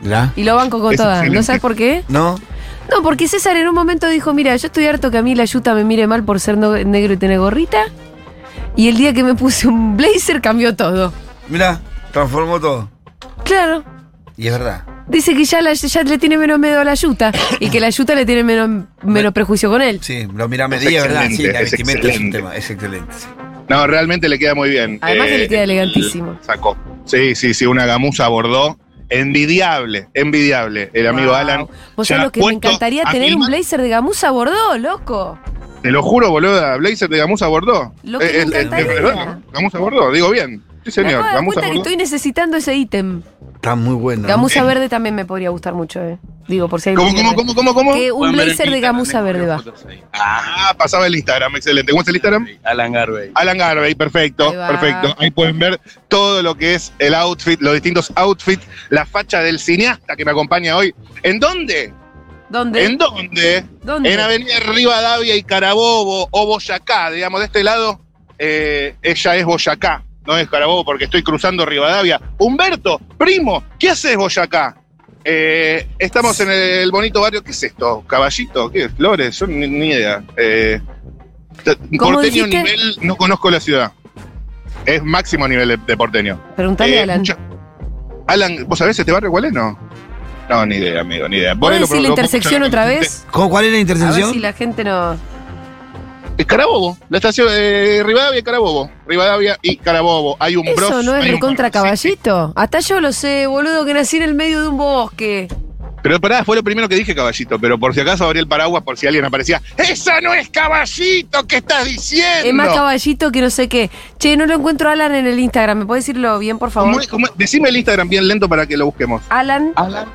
Speaker 2: ¿La?
Speaker 1: Y lo banco con
Speaker 10: Es
Speaker 1: todas. ¿No
Speaker 10: excelente.
Speaker 1: sabes por qué?
Speaker 2: ¿No?
Speaker 1: No, porque César en un momento dijo, mira, yo estoy harto que a mí la yuta me mire mal por ser no- negro y tener gorrita. Y el día que me puse un blazer cambió todo.
Speaker 2: Mirá, transformó todo.
Speaker 1: Claro.
Speaker 2: Y es verdad.
Speaker 1: Dice que ya, la- ya le tiene menos miedo a la yuta y que la yuta le tiene menos, menos prejuicio con él.
Speaker 2: Sí, lo miramos
Speaker 10: Es
Speaker 2: y es verdad. Sí,
Speaker 10: excelente,
Speaker 2: la
Speaker 10: es
Speaker 2: vestimenta es un
Speaker 10: excelente.
Speaker 2: tema. Es excelente. sí.
Speaker 10: No, realmente le queda muy bien.
Speaker 1: Además que le queda
Speaker 10: Eh,
Speaker 1: elegantísimo.
Speaker 10: Sacó. Sí, sí, sí, una gamuza bordó. Envidiable, envidiable. El amigo
Speaker 1: Wow.
Speaker 10: Alan.
Speaker 1: Vos
Speaker 10: ya
Speaker 1: sabés lo que me
Speaker 10: puesto
Speaker 1: encantaría
Speaker 10: a
Speaker 1: tener un
Speaker 10: filmar.
Speaker 1: blazer de gamuza bordó, loco.
Speaker 10: Te lo juro, boluda. Blazer de gamuza bordó. Eh,
Speaker 1: Lo que me
Speaker 10: es
Speaker 1: encantaría.
Speaker 10: verdad. Gamuza bordó, digo bien. Sí,
Speaker 1: me
Speaker 10: señor.
Speaker 1: acabo de dar
Speaker 10: Gamuza
Speaker 1: cuenta que
Speaker 10: bordó.
Speaker 1: estoy necesitando ese ítem.
Speaker 2: Está muy bueno.
Speaker 1: Gamuza verde también me podría gustar mucho, eh. Digo, por si hay
Speaker 10: Eh. ¿Cómo,
Speaker 1: alguien
Speaker 10: cómo,
Speaker 1: que-
Speaker 10: cómo, cómo, cómo?
Speaker 1: Que un
Speaker 12: Pueden ver
Speaker 1: blazer
Speaker 12: en
Speaker 1: de
Speaker 12: Instagram,
Speaker 1: gamuza
Speaker 12: tengo
Speaker 1: verde va.
Speaker 12: fotos ahí.
Speaker 10: Ah, pasaba el Instagram, excelente. ¿Cómo es el Instagram?
Speaker 12: Alan Garvey.
Speaker 10: Alan Garvey, perfecto,
Speaker 1: Ahí va.
Speaker 10: perfecto. Ahí pueden ver todo lo que es el outfit, los distintos outfits, la facha del cineasta que me acompaña hoy. ¿En dónde?
Speaker 1: ¿Dónde?
Speaker 10: ¿En dónde?
Speaker 1: ¿Dónde?
Speaker 10: En Avenida Rivadavia y Carabobo o Boyacá, digamos, de este lado, eh, ella es Boyacá, no es Carabobo porque estoy cruzando Rivadavia. Humberto, primo, ¿qué haces Boyacá? Eh, estamos en el bonito barrio, ¿qué es esto? ¿Caballito? ¿Qué? ¿Flores? Yo ni, ni idea. Eh, t-
Speaker 1: ¿Cómo
Speaker 10: porteño
Speaker 1: dijiste?
Speaker 10: nivel, no conozco la ciudad. Es máximo nivel de, de porteño.
Speaker 1: Preguntale
Speaker 10: Eh,
Speaker 1: a Alan.
Speaker 10: mucha- Alan, ¿vos sabés este barrio cuál es? No. No, ni idea, amigo, ni idea. Por
Speaker 1: ¿Puedes
Speaker 10: ahí lo-
Speaker 1: decir la
Speaker 10: lo- lo-
Speaker 1: intersección otra vez?
Speaker 2: ¿Cómo- ¿Cuál es la
Speaker 1: A ver si
Speaker 2: intersección?
Speaker 1: la gente no.
Speaker 10: Es Carabobo, la estación eh, Rivadavia y Carabobo. Rivadavia y Carabobo. Hay un bros.
Speaker 1: Eso no es
Speaker 10: hay un
Speaker 1: recontra
Speaker 10: bros.
Speaker 1: caballito. Hasta yo lo sé, boludo, que nací en el medio de un bosque.
Speaker 10: Pero pará, fue lo primero que dije caballito, pero por si acaso abrí el paraguas por si alguien aparecía. ¡Esa no es caballito! ¿Qué estás diciendo?
Speaker 1: Es más caballito que no sé qué. Che, no lo encuentro a Alan en el Instagram. ¿Me puedes decirlo bien, por favor?
Speaker 10: ¿Cómo es? ¿Cómo es? Decime el Instagram bien lento para que lo busquemos.
Speaker 1: Alan.
Speaker 10: Ah,
Speaker 12: Alan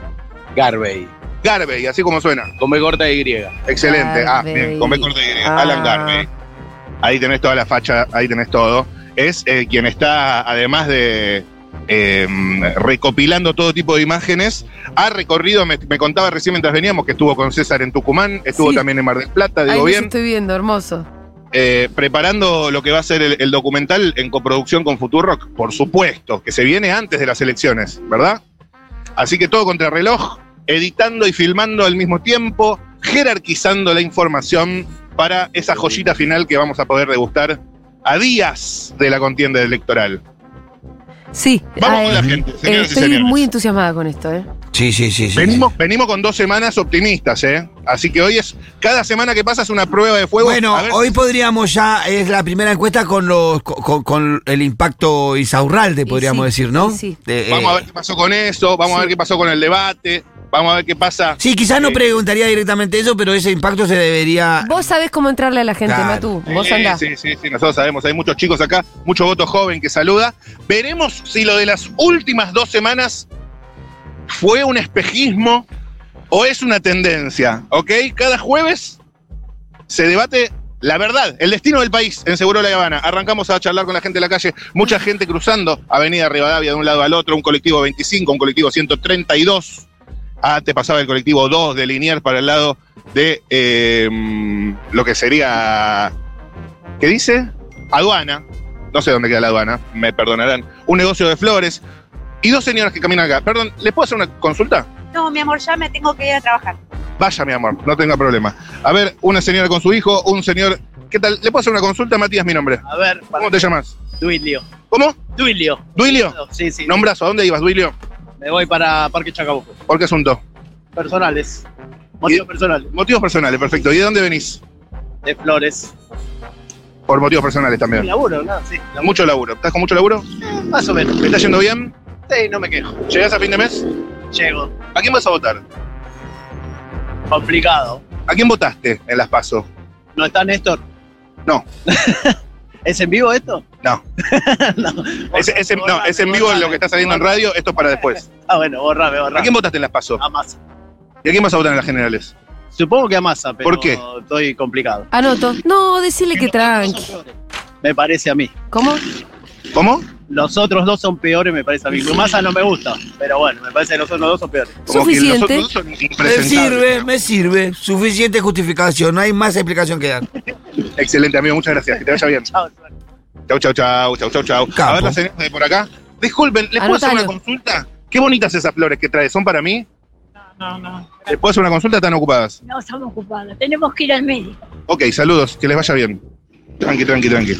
Speaker 12: Garvey.
Speaker 10: Garvey, así como suena.
Speaker 12: Con B corta y griega.
Speaker 10: Excelente. Ah,
Speaker 1: Garvey.
Speaker 10: bien, con B corta y.
Speaker 1: Ah.
Speaker 10: Alan Garvey. Ahí tenés toda la facha, ahí tenés todo. Es eh, quien está, además de eh, recopilando todo tipo de imágenes, ha recorrido, me, me contaba recién mientras veníamos, que estuvo con César en Tucumán, estuvo
Speaker 1: Sí.
Speaker 10: también en Mar del Plata,
Speaker 1: Ahí
Speaker 10: digo
Speaker 1: los
Speaker 10: bien,
Speaker 1: estoy viendo, hermoso.
Speaker 10: eh, preparando lo que va a ser el, el documental en coproducción con Futurock, por supuesto, que se viene antes de las elecciones, ¿verdad? Así que todo contrarreloj, editando y filmando al mismo tiempo, jerarquizando la información para esa joyita final que vamos a poder degustar a días de la contienda electoral.
Speaker 1: Sí.
Speaker 10: Vamos con
Speaker 1: eh,
Speaker 10: la gente,
Speaker 1: eh,
Speaker 10: señoras y
Speaker 1: estoy
Speaker 10: señores.
Speaker 1: muy entusiasmada con esto, ¿eh?
Speaker 2: Sí, sí, sí. sí.
Speaker 10: Venimos, venimos con dos semanas optimistas, ¿eh? Así que hoy es, cada semana que pasa es una prueba de fuego.
Speaker 2: Bueno,
Speaker 10: A ver-
Speaker 2: hoy podríamos ya, es la primera encuesta con los con, con- con el impacto Isaurralde, podríamos
Speaker 1: sí,
Speaker 2: decir, ¿no?
Speaker 1: y sí.
Speaker 2: Eh,
Speaker 10: Vamos a
Speaker 2: eh,
Speaker 10: ver qué pasó con eso, vamos a ver qué pasó con el debate, vamos a ver qué pasa.
Speaker 2: Sí, quizás no
Speaker 10: Eh,
Speaker 2: preguntaría directamente eso, pero ese impacto se debería...
Speaker 1: Vos sabés cómo entrarle a la gente,
Speaker 2: Claro.
Speaker 1: Matú. Vos
Speaker 10: sí,
Speaker 1: andás.
Speaker 10: Sí, sí, sí, nosotros sabemos, hay muchos chicos acá, mucho voto joven que saluda. Veremos si lo de las últimas dos semanas fue un espejismo o es una tendencia, ¿ok? Cada jueves se debate la verdad, el destino del país en Seguro La Habana. Arrancamos a charlar con la gente de la calle, mucha gente cruzando Avenida Rivadavia de un lado al otro, un colectivo 25, un colectivo 132. Antes Ah, pasaba el colectivo 2 de Liniers para el lado de eh, mm, lo que sería. ¿Qué dice? Aduana. No sé dónde queda la aduana, me perdonarán. Un negocio de flores. Y dos señoras que caminan acá. Perdón, ¿les puedo hacer una consulta?
Speaker 13: No, mi amor, ya me tengo que ir a trabajar.
Speaker 10: Vaya, mi amor, no tenga problema. A ver, una señora con su hijo, un señor. ¿Qué tal? ¿Le puedo hacer una consulta? Matías, mi nombre.
Speaker 14: A ver,
Speaker 10: ¿Cómo te llamas?
Speaker 14: Duilio.
Speaker 10: ¿Cómo?
Speaker 14: Duilio.
Speaker 10: ¿Duilio?
Speaker 14: Sí, sí.
Speaker 10: Nombrazo, ¿a dónde ibas, Duilio?
Speaker 14: Me voy para Parque Chacabuco.
Speaker 10: ¿Por qué asunto?
Speaker 14: Personales. Motivos personales.
Speaker 10: Motivos personales, perfecto. ¿Y de dónde venís?
Speaker 14: De flores.
Speaker 10: Por motivos personales también.
Speaker 14: Laburo, ¿no? Sí. laburo. Eh,
Speaker 10: Mucho laburo. ¿Estás con mucho laburo?
Speaker 14: Más o menos.
Speaker 10: ¿Me está yendo bien?
Speaker 14: Sí, no me quejo.
Speaker 10: ¿Llegás a fin de mes?
Speaker 14: Llego.
Speaker 10: ¿A quién vas a votar?
Speaker 14: Complicado.
Speaker 10: ¿A quién votaste en las PASO?
Speaker 14: ¿No está Néstor?
Speaker 10: No.
Speaker 14: (laughs) ¿Es en vivo esto? (laughs)
Speaker 10: No. Es, es en, no, es en vivo lo que está saliendo en radio, esto es para después.
Speaker 14: Ah, bueno, borrame, borrame.
Speaker 10: ¿A quién votaste en las PASO?
Speaker 14: A Massa.
Speaker 10: ¿Y a quién vas a votar en las generales?
Speaker 14: Supongo que a Massa, pero
Speaker 10: ¿Por qué?
Speaker 14: estoy complicado.
Speaker 1: Anoto. No, decirle que tranqui.
Speaker 14: Me parece a mí.
Speaker 1: ¿Cómo?
Speaker 10: ¿Cómo?
Speaker 14: Los otros dos son peores, me parece a mí. Massa no me gusta, pero bueno, me parece que los otros dos son peores.
Speaker 2: Como que los Suficiente. otros
Speaker 10: son
Speaker 2: Me
Speaker 10: impresentables.
Speaker 2: sirve, me sirve. Suficiente justificación, no hay más explicación que dar.
Speaker 10: Excelente, amigo, muchas gracias. Que te vaya bien.
Speaker 14: Chao,
Speaker 10: Chau, chau, chau, chau, chau, chau. A ver las señoras de por acá. Disculpen, ¿les puedo hacer una
Speaker 1: Anotalo.
Speaker 10: consulta? Qué bonitas esas flores que traes, ¿son para mí?
Speaker 15: No, no,
Speaker 10: ¿Les puedo hacer una consulta? ¿Están ocupadas?
Speaker 15: no estamos ocupados. Tenemos que ir al médico.
Speaker 10: Ok, saludos, que les vaya bien. Tranqui, tranqui, tranqui.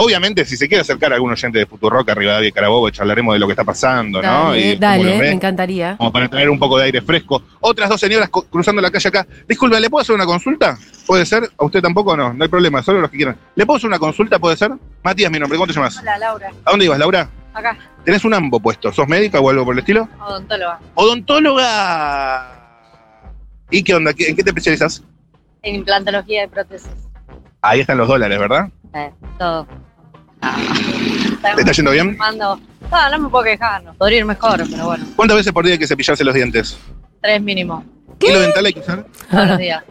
Speaker 10: Obviamente, si se quiere acercar a algún oyente de Futuroca, Rivadavia y Carabobo, charlaremos de lo que está pasando, ¿no?
Speaker 1: Dale, eh,
Speaker 10: Y cómo
Speaker 1: dale,
Speaker 10: lo ve,
Speaker 1: me encantaría.
Speaker 10: Como para traer un poco de aire fresco. Otras dos señoras co- cruzando la calle acá. Disculpe, ¿le puedo hacer una consulta? ¿Puede ser? ¿A usted tampoco? No, no hay problema, solo los que quieran. ¿Le puedo hacer una consulta? ¿Puede ser? Matías, mi nombre, ¿cómo te llamas?
Speaker 13: Hola, Laura.
Speaker 10: ¿A dónde ibas, Laura?
Speaker 13: Acá,
Speaker 10: ¿Tenés un ambo puesto? ¿Sos médica o algo por el estilo?
Speaker 13: odontóloga.
Speaker 10: Odontóloga. ¿Y qué onda? ¿Qué- ¿En qué te especializas?
Speaker 13: En implantología de prótesis.
Speaker 10: Ahí están los dólares, ¿verdad?
Speaker 13: Eh, todo.
Speaker 10: Ah. ¿Te está yendo bien?
Speaker 13: Mando. No, no me puedo quejar. No. Podría ir mejor, pero bueno.
Speaker 10: ¿Cuántas veces por día hay que cepillarse los dientes?
Speaker 13: Tres mínimo.
Speaker 10: ¿Hilo dental hay que usar?
Speaker 13: Todos
Speaker 6: (laughs)
Speaker 13: los días.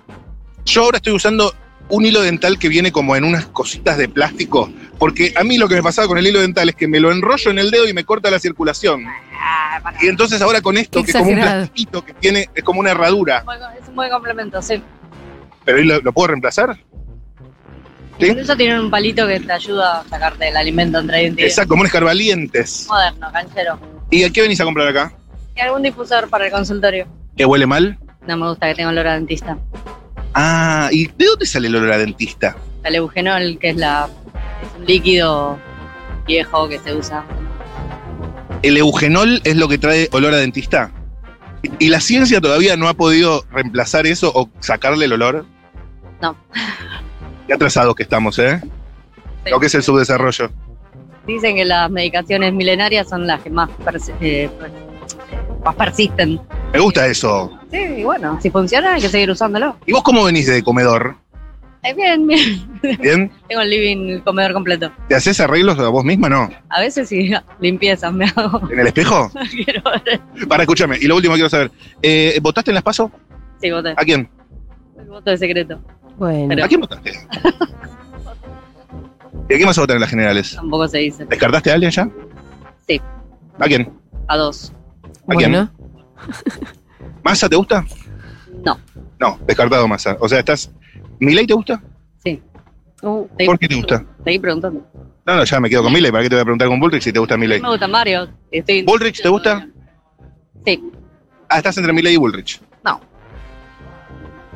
Speaker 10: Yo ahora estoy usando un hilo dental que viene como en unas cositas de plástico, porque a mí lo que me pasaba con el hilo dental es que me lo enrollo en el dedo y me corta la circulación. Y entonces ahora con esto, que es como un
Speaker 13: Exagerado.
Speaker 10: plastiquito que tiene, es como una herradura,
Speaker 13: Muy co- Es un buen complemento, sí.
Speaker 10: pero ¿y lo, lo puedo reemplazar? ¿Sí?
Speaker 13: Incluso tienen un palito que te ayuda a sacarte el alimento entre dientes.
Speaker 10: Exacto, como un escarbalientes.
Speaker 13: Moderno, canchero.
Speaker 10: ¿Y a qué venís a comprar acá?
Speaker 13: Y algún difusor para el consultorio.
Speaker 10: ¿Que huele mal?
Speaker 13: No me gusta que tenga olor a dentista.
Speaker 10: Ah, ¿y de dónde sale el olor a dentista?
Speaker 13: El eugenol, que es, la, es un líquido viejo que se usa.
Speaker 10: ¿El eugenol es lo que trae olor a dentista? ¿Y la ciencia todavía no ha podido reemplazar eso o sacarle el olor?
Speaker 13: No.
Speaker 10: Qué atrasados que estamos, ¿eh? Lo que es el subdesarrollo.
Speaker 13: Dicen que las medicaciones milenarias son las que más, persi- eh, pues, más persisten.
Speaker 10: Me gusta eso.
Speaker 13: Sí, y bueno, si funciona hay que seguir usándolo.
Speaker 10: ¿Y vos cómo venís de comedor?
Speaker 13: Eh, bien, bien.
Speaker 10: ¿Bien?
Speaker 13: Tengo el living, el comedor completo.
Speaker 10: ¿Te haces arreglos a vos misma? No.
Speaker 13: A veces sí, (laughs) limpiezas me hago.
Speaker 10: ¿En
Speaker 13: (laughs)
Speaker 10: el espejo?
Speaker 13: Quiero ver.
Speaker 10: Para, escúchame. Y lo último que quiero saber. eh, ¿Votaste en las PASO?
Speaker 13: Sí, voté.
Speaker 10: ¿A quién?
Speaker 13: El voto de secreto.
Speaker 1: Bueno.
Speaker 10: ¿A
Speaker 13: (laughs)
Speaker 10: quién votaste? ¿Y a quién vas a votar en las generales?
Speaker 13: Tampoco se dice.
Speaker 10: ¿Descartaste a alguien ya?
Speaker 13: Sí,
Speaker 10: ¿A quién?
Speaker 13: a dos.
Speaker 10: ¿A quién? ¿Massa te gusta?
Speaker 13: No.
Speaker 10: No, descartado Massa. O sea, estás... ¿Milei te gusta?
Speaker 13: Sí.
Speaker 9: Uh.
Speaker 10: ¿Por qué te gusta?
Speaker 13: Seguí preguntando.
Speaker 10: No, no, ya me quedo con Milei. ¿Para qué te voy a preguntar con Bullrich si te gusta Milei?
Speaker 13: Me gustan varios. Estoy...
Speaker 10: ¿Bullrich te gusta?
Speaker 13: Sí.
Speaker 10: Ah, estás entre Milei y Bullrich. Eh,
Speaker 13: No.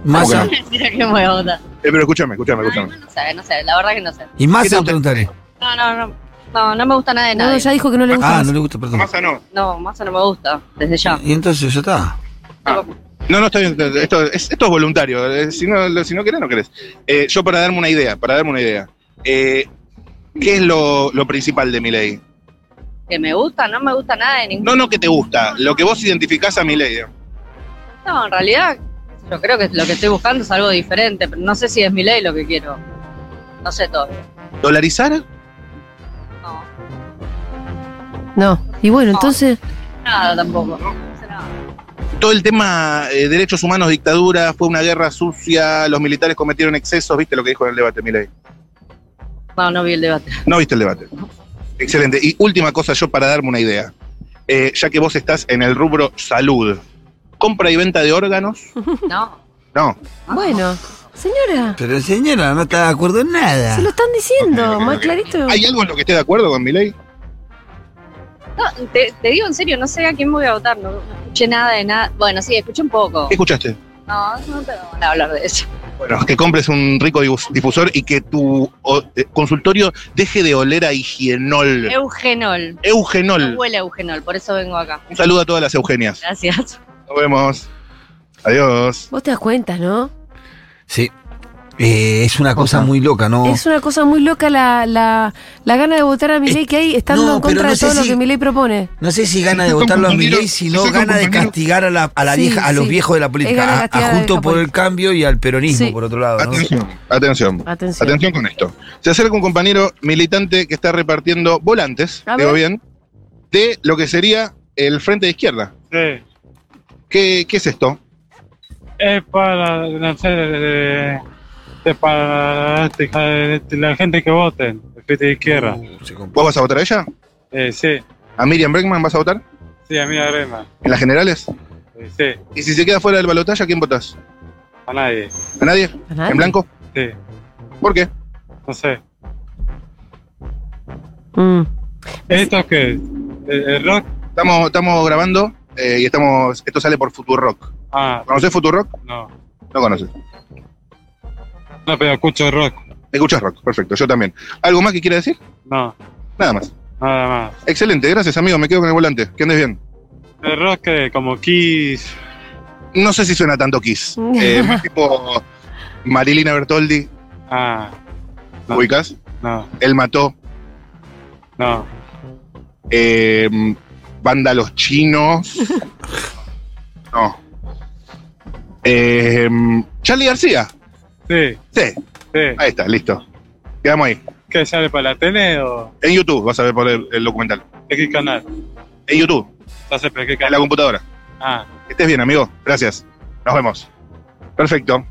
Speaker 2: Massa.
Speaker 10: Ok. Eh,
Speaker 13: (laughs) Mira que me voy a votar.
Speaker 10: pero escúchame, escúchame, escúchame.
Speaker 13: No sé, no sé, la verdad que no sé.
Speaker 2: Y Massa preguntaré.
Speaker 13: No, no, no. No, no me gusta nada de nada.
Speaker 1: No, ya dijo que no le gusta.
Speaker 2: Ah,
Speaker 1: más.
Speaker 2: no le gusta, perdón.
Speaker 10: Massa no.
Speaker 13: No, Massa no me gusta, desde ya.
Speaker 2: Y entonces ya está.
Speaker 10: No, no, está bien, esto, es, esto es voluntario. eh, Si no, lo- si no querés, no querés. Eh, yo para darme una idea, para darme una idea. eh, ¿Qué es lo, lo principal de Milei?
Speaker 13: Que me gusta, no me gusta nada de ningún.
Speaker 10: No, no que te gusta, lo que vos identificás a Milei. eh.
Speaker 13: No, en realidad, yo creo que lo que estoy buscando es algo diferente, pero no sé si es mi ley lo que quiero. No sé todavía.
Speaker 10: ¿Dolarizar?
Speaker 1: No. Y bueno, entonces.
Speaker 13: Nada tampoco.
Speaker 10: Todo el tema eh, derechos humanos, dictadura, fue una guerra sucia, los militares cometieron excesos, ¿viste lo que dijo en el debate Milei?
Speaker 13: No, no vi el debate. (laughs)
Speaker 10: No viste el debate. Excelente. Y última cosa, yo para darme una idea. Eh, ya que vos estás en el rubro salud, compra y venta de órganos,
Speaker 13: No.
Speaker 10: no.
Speaker 1: Bueno, señora,
Speaker 2: Pero señora, no está de acuerdo en nada.
Speaker 1: se lo están diciendo,
Speaker 10: ok,
Speaker 1: más
Speaker 10: ok.
Speaker 1: clarito.
Speaker 10: ¿Hay algo en lo que esté de acuerdo con mi ley?
Speaker 13: No, te, te digo en serio, no sé a quién voy a votar. No, no escuché nada de nada. Bueno, sí, escuché un poco.
Speaker 10: ¿Qué escuchaste?
Speaker 13: No, no te van a hablar de eso.
Speaker 10: Bueno, que compres un rico difus- difusor y que tu o, eh, consultorio deje de oler a higienol.
Speaker 13: Eugenol.
Speaker 10: Eugenol.
Speaker 13: No huele a Eugenol, por eso vengo acá.
Speaker 10: Un saludo a todas las Eugenias.
Speaker 13: Gracias.
Speaker 10: Nos vemos. Adiós.
Speaker 1: Vos te das cuenta, ¿no?
Speaker 2: Sí. Eh, es una cosa muy loca, ¿no?
Speaker 1: Es una cosa muy loca la, la, la gana de votar a Milei que hay estando
Speaker 2: no,
Speaker 1: en
Speaker 2: pero
Speaker 1: contra
Speaker 2: no
Speaker 1: de
Speaker 2: sé
Speaker 1: todo lo
Speaker 2: si-
Speaker 1: que Milei propone.
Speaker 2: No sé si gana de
Speaker 10: Están
Speaker 2: votarlo a
Speaker 10: confundidos,
Speaker 2: Milei, sino
Speaker 10: están
Speaker 2: gana de
Speaker 10: confundidos.
Speaker 2: castigar a, la, a, la
Speaker 1: Sí,
Speaker 2: vieja, a los
Speaker 1: sí.
Speaker 2: viejos de la
Speaker 1: Es
Speaker 2: política,
Speaker 1: gana de
Speaker 2: a- a,
Speaker 1: castigar a la
Speaker 2: Juntos
Speaker 1: vieja
Speaker 2: por el
Speaker 1: política.
Speaker 2: Cambio y al peronismo,
Speaker 1: Sí.
Speaker 2: por otro lado. ¿no?
Speaker 10: Atención, atención.
Speaker 1: Atención.
Speaker 10: Atención con esto. Se acerca un compañero militante que está repartiendo volantes,
Speaker 1: A
Speaker 10: digo
Speaker 1: ver.
Speaker 10: bien, de lo que sería el frente de izquierda.
Speaker 16: Sí,
Speaker 10: ¿Qué, qué es esto?
Speaker 16: es para, no sé, de, de- de- para la, la gente que voten, de frente de izquierda.
Speaker 2: Uh,
Speaker 10: ¿Vos vas a votar a ella?
Speaker 16: Eh, sí,
Speaker 10: ¿A Miriam Bregman vas a votar?
Speaker 16: sí, a mí agrema.
Speaker 10: ¿En las generales?
Speaker 16: Eh, sí,
Speaker 10: ¿Y si se queda fuera del balotaje, a quién votás?
Speaker 16: a nadie.
Speaker 10: ¿A nadie?
Speaker 1: ¿A nadie?
Speaker 10: ¿En blanco?
Speaker 16: Sí,
Speaker 10: ¿Por qué?
Speaker 16: no sé.
Speaker 1: Mm.
Speaker 16: ¿Esto qué es? ¿El, el rock?
Speaker 10: Estamos, estamos grabando eh, y estamos. Esto sale por Futurock.
Speaker 16: Ah,
Speaker 10: ¿Conoces Futurock?
Speaker 16: no.
Speaker 10: No conoces.
Speaker 16: No, pero escucho rock.
Speaker 10: Escuchas rock, perfecto, yo también. ¿Algo más que quiera decir?
Speaker 16: No,
Speaker 10: Nada más.
Speaker 16: nada más.
Speaker 10: Excelente, gracias amigo, me quedo con el volante. Que andes bien.
Speaker 16: El rock eh, como Kiss.
Speaker 10: No sé si suena tanto Kiss. Eh, más tipo Marilina Bertoldi,
Speaker 16: Ah,
Speaker 10: ¿lo ubicas?
Speaker 16: no,
Speaker 10: Él mató.
Speaker 16: no.
Speaker 10: Eh, banda Los Chinos. No. Eh, Charlie García.
Speaker 16: Sí,
Speaker 10: Sí,
Speaker 16: sí.
Speaker 10: ahí está, listo. Quedamos ahí.
Speaker 16: ¿Qué sale para la tele o
Speaker 10: En YouTube vas a ver por el, el documental.
Speaker 16: de qué canal?
Speaker 10: En YouTube,
Speaker 16: Entonces, ¿pero qué
Speaker 10: en la
Speaker 16: canal?
Speaker 10: computadora.
Speaker 16: Ah,
Speaker 10: Que estés bien, amigo. Gracias. Nos vemos. Perfecto.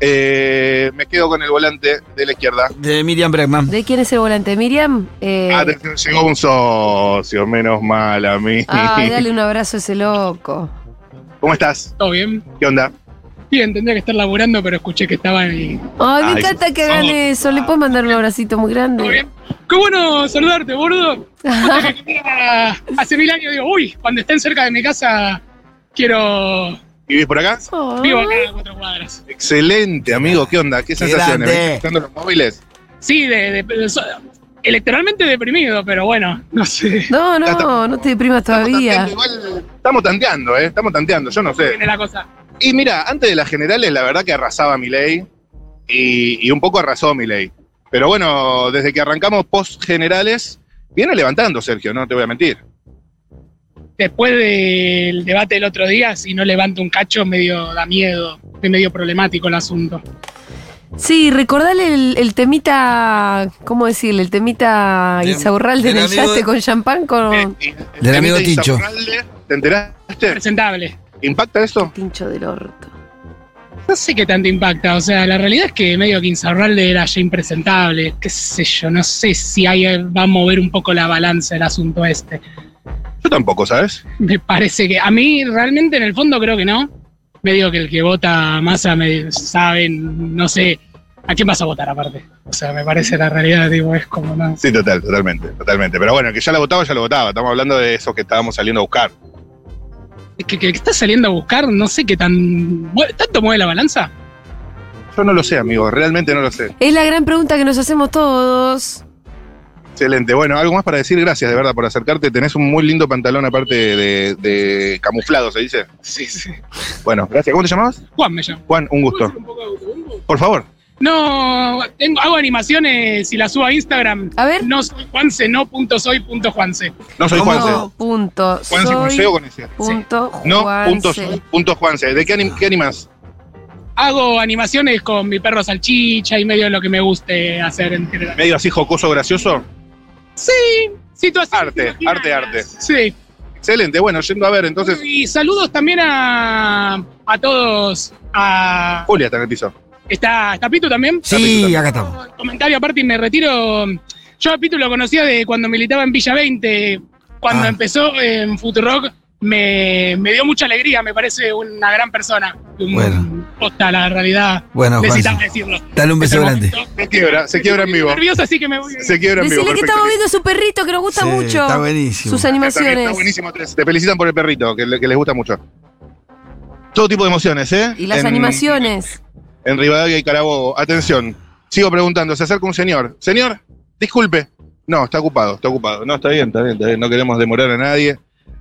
Speaker 10: Eh, me quedo con el volante de la izquierda.
Speaker 2: De Miriam Bregman.
Speaker 1: ¿De quién es el volante? ¿Miriam? Eh,
Speaker 10: Atención, llegó un socio, menos mal a mí.
Speaker 1: ay, Ah, dale
Speaker 2: (laughs)
Speaker 1: un abrazo a ese loco.
Speaker 10: ¿Cómo estás?
Speaker 17: ¿Todo bien?
Speaker 10: ¿Qué onda?
Speaker 17: Bien, tendría que estar laburando, pero escuché que estaban ahí.
Speaker 1: Ay, me
Speaker 10: Ay,
Speaker 1: encanta que
Speaker 17: por
Speaker 1: hagan
Speaker 17: favor.
Speaker 1: eso. ¿Le puedo mandar un abracito muy grande?
Speaker 17: ¡Qué bueno saludarte, gordo! Ah, Hace mil años digo, uy, cuando estén cerca de mi casa, quiero...
Speaker 10: ¿Vivís por acá?
Speaker 17: Vivo acá a cuatro cuadras.
Speaker 10: Excelente, amigo. ¿Qué onda? ¿Qué sensaciones?
Speaker 2: grande.
Speaker 10: ¿Venís usando los móviles?
Speaker 17: Sí, de, de- de- so- electoralmente deprimido, pero bueno, no sé.
Speaker 1: No, no, no te deprimas todavía.
Speaker 10: Estamos tanteando, ¿eh? Estamos tanteando, yo no sé.
Speaker 17: Viene la cosa.
Speaker 10: Y mira, antes de las generales, la verdad que arrasaba mi ley y, y un poco arrasó mi ley. Pero bueno, desde que arrancamos post generales, viene levantando, Sergio, no te voy a mentir.
Speaker 17: Después del debate del otro día, si no levanto un cacho, medio da miedo. Es medio problemático el asunto.
Speaker 1: Sí, recordale el, el temita, ¿cómo decirle? El temita
Speaker 2: Del-
Speaker 1: insaurralde
Speaker 2: del
Speaker 1: del
Speaker 2: amigo
Speaker 1: yate
Speaker 2: de-
Speaker 1: con champán
Speaker 10: Eh,
Speaker 1: con
Speaker 2: Ah. Del amigo
Speaker 10: Temita
Speaker 2: Tincho.
Speaker 10: Insaurralde, ¿Te enteraste?
Speaker 17: Presentable.
Speaker 10: ¿Impacta eso?
Speaker 1: tincho del orto.
Speaker 17: No sé qué tanto impacta, o sea, la realidad es que medio que Insaurralde era ya impresentable, qué sé yo, no sé si ahí va a mover un poco la balanza el asunto este.
Speaker 10: Yo tampoco, ¿sabes?
Speaker 17: Me parece que a mí realmente en el fondo creo que no. Medio que el que vota a Massa me saben, no sé, ¿a quién vas a votar aparte? O sea, me parece la realidad, digo, es como no.
Speaker 10: Sí, total, totalmente, totalmente. Pero bueno, el que ya la votaba, ya lo votaba. Estamos hablando de esos que estábamos saliendo a buscar.
Speaker 17: que, que está saliendo a buscar, no sé qué tan. mue- ¿Tanto mueve la balanza?
Speaker 10: Yo no lo sé, amigo, realmente no lo sé.
Speaker 1: Es la gran pregunta que nos hacemos todos.
Speaker 10: Excelente. Bueno, algo más para decir, gracias de verdad por acercarte. Tenés un muy lindo pantalón aparte de, de camuflado, ¿se dice?
Speaker 17: Sí, sí.
Speaker 10: Bueno, gracias. ¿Cómo te llamabas?
Speaker 17: Juan me llama.
Speaker 10: Juan, un gusto. Por favor.
Speaker 17: No, tengo, hago animaciones y las subo a Instagram. A ver. No soy Juanse, no punto soy punto Juanse.
Speaker 10: No soy Juanse.
Speaker 1: No, punto.
Speaker 10: Juanse con
Speaker 1: soy
Speaker 10: C o con S.
Speaker 1: Punto
Speaker 10: No,
Speaker 1: Juanse.
Speaker 10: puntos, puntos Juanse. ¿De qué, anim- qué animas?
Speaker 17: Hago animaciones con mi perro salchicha y medio de lo que me guste hacer en general.
Speaker 10: ¿Medio así jocoso, gracioso?
Speaker 17: Sí, situaciones.
Speaker 10: Arte, arte, arte.
Speaker 17: Sí.
Speaker 10: Excelente. Bueno, yendo a ver, entonces.
Speaker 17: Y saludos también a, a todos. A,
Speaker 10: Julia está en el piso.
Speaker 17: ¿Está, está Pitu también?
Speaker 2: Sí, acá estamos.
Speaker 17: comentario aparte y me retiro. Yo a Pitu lo conocía de cuando militaba en Villa 20.
Speaker 2: Ah,
Speaker 17: Cuando empezó en Futurock me, me dio mucha alegría, me parece una gran persona. Un-
Speaker 2: Bueno.
Speaker 17: Posta, la realidad.
Speaker 2: Bueno,
Speaker 17: necesitaba
Speaker 2: Juanse.
Speaker 17: decirlo.
Speaker 2: Dale un beso grande.
Speaker 10: Se quiebra, se quiebra en vivo.
Speaker 17: Nervioso, así que me voy.
Speaker 10: Se quiebra en vivo.
Speaker 1: Decirle que
Speaker 10: perfecto.
Speaker 1: estamos viendo su perrito que nos gusta
Speaker 10: Sí,
Speaker 1: mucho.
Speaker 10: está buenísimo.
Speaker 1: Sus animaciones.
Speaker 10: Está buenísimo, Tres. Te felicitan por el perrito, que, le- que les gusta mucho. Todo tipo de emociones, ¿eh?
Speaker 1: Y las
Speaker 10: En-
Speaker 1: animaciones.
Speaker 10: En Rivadavia y Carabobo. Atención. Sigo preguntando. Se acerca un señor. Señor, disculpe. No, está ocupado, está ocupado. No, está bien, está bien, está bien. No queremos demorar a nadie.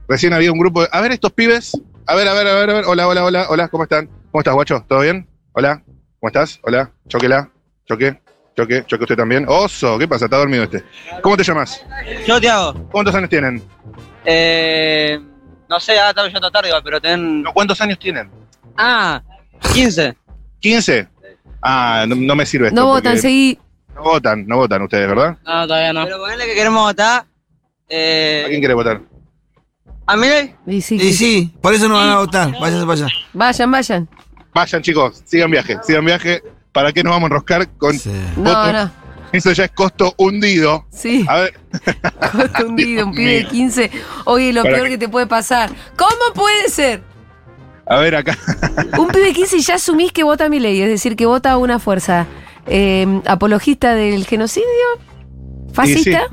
Speaker 10: Recién había un grupo de. A ver, estos pibes. A ver, a ver, a ver, a ver. Hola, hola, hola, hola. ¿Cómo están? ¿Cómo estás, guacho? ¿Todo bien? Hola. ¿Cómo estás? Hola. Choquela. Choque. Choque. Choque usted también. Oso, ¿qué pasa? Está dormido este. ¿Cómo te llamas?
Speaker 18: Yo, Tiago,
Speaker 10: ¿Cuántos años tienen?
Speaker 18: eh, no sé, ah, estaba yendo tarde, igual, pero ten...
Speaker 10: ¿Cuántos años tienen?
Speaker 18: Ah, 15.
Speaker 10: 15. Ah, no, no me sirve esto.
Speaker 18: No votan,
Speaker 10: porque-
Speaker 18: seguí.
Speaker 10: No votan, no votan ustedes, ¿verdad?
Speaker 18: No, todavía no. Pero ponele que queremos votar. Eh,
Speaker 10: ¿A quién quiere votar?
Speaker 18: ¿A Milei?
Speaker 1: Y sí,
Speaker 2: Y sí, por eso no van a votar. Váyanse para allá.
Speaker 1: Vayan, vayan.
Speaker 10: Vayan, chicos, sigan viaje, sigan viaje. ¿Para qué nos vamos a enroscar con
Speaker 1: No,
Speaker 10: votos?
Speaker 1: no.
Speaker 10: Eso ya es costo hundido.
Speaker 1: Sí.
Speaker 10: A ver,
Speaker 1: (laughs) Costa hundido, un pibe de
Speaker 10: Ah, mío.
Speaker 1: 15. Oye, lo
Speaker 10: Para
Speaker 1: peor
Speaker 10: que-
Speaker 1: que te puede pasar. ¿Cómo puede ser?
Speaker 10: a ver acá. (laughs)
Speaker 1: Un pibe de 15 y ya asumís que vota mi ley, es decir, que vota a una fuerza eh, apologista del genocidio, fascista.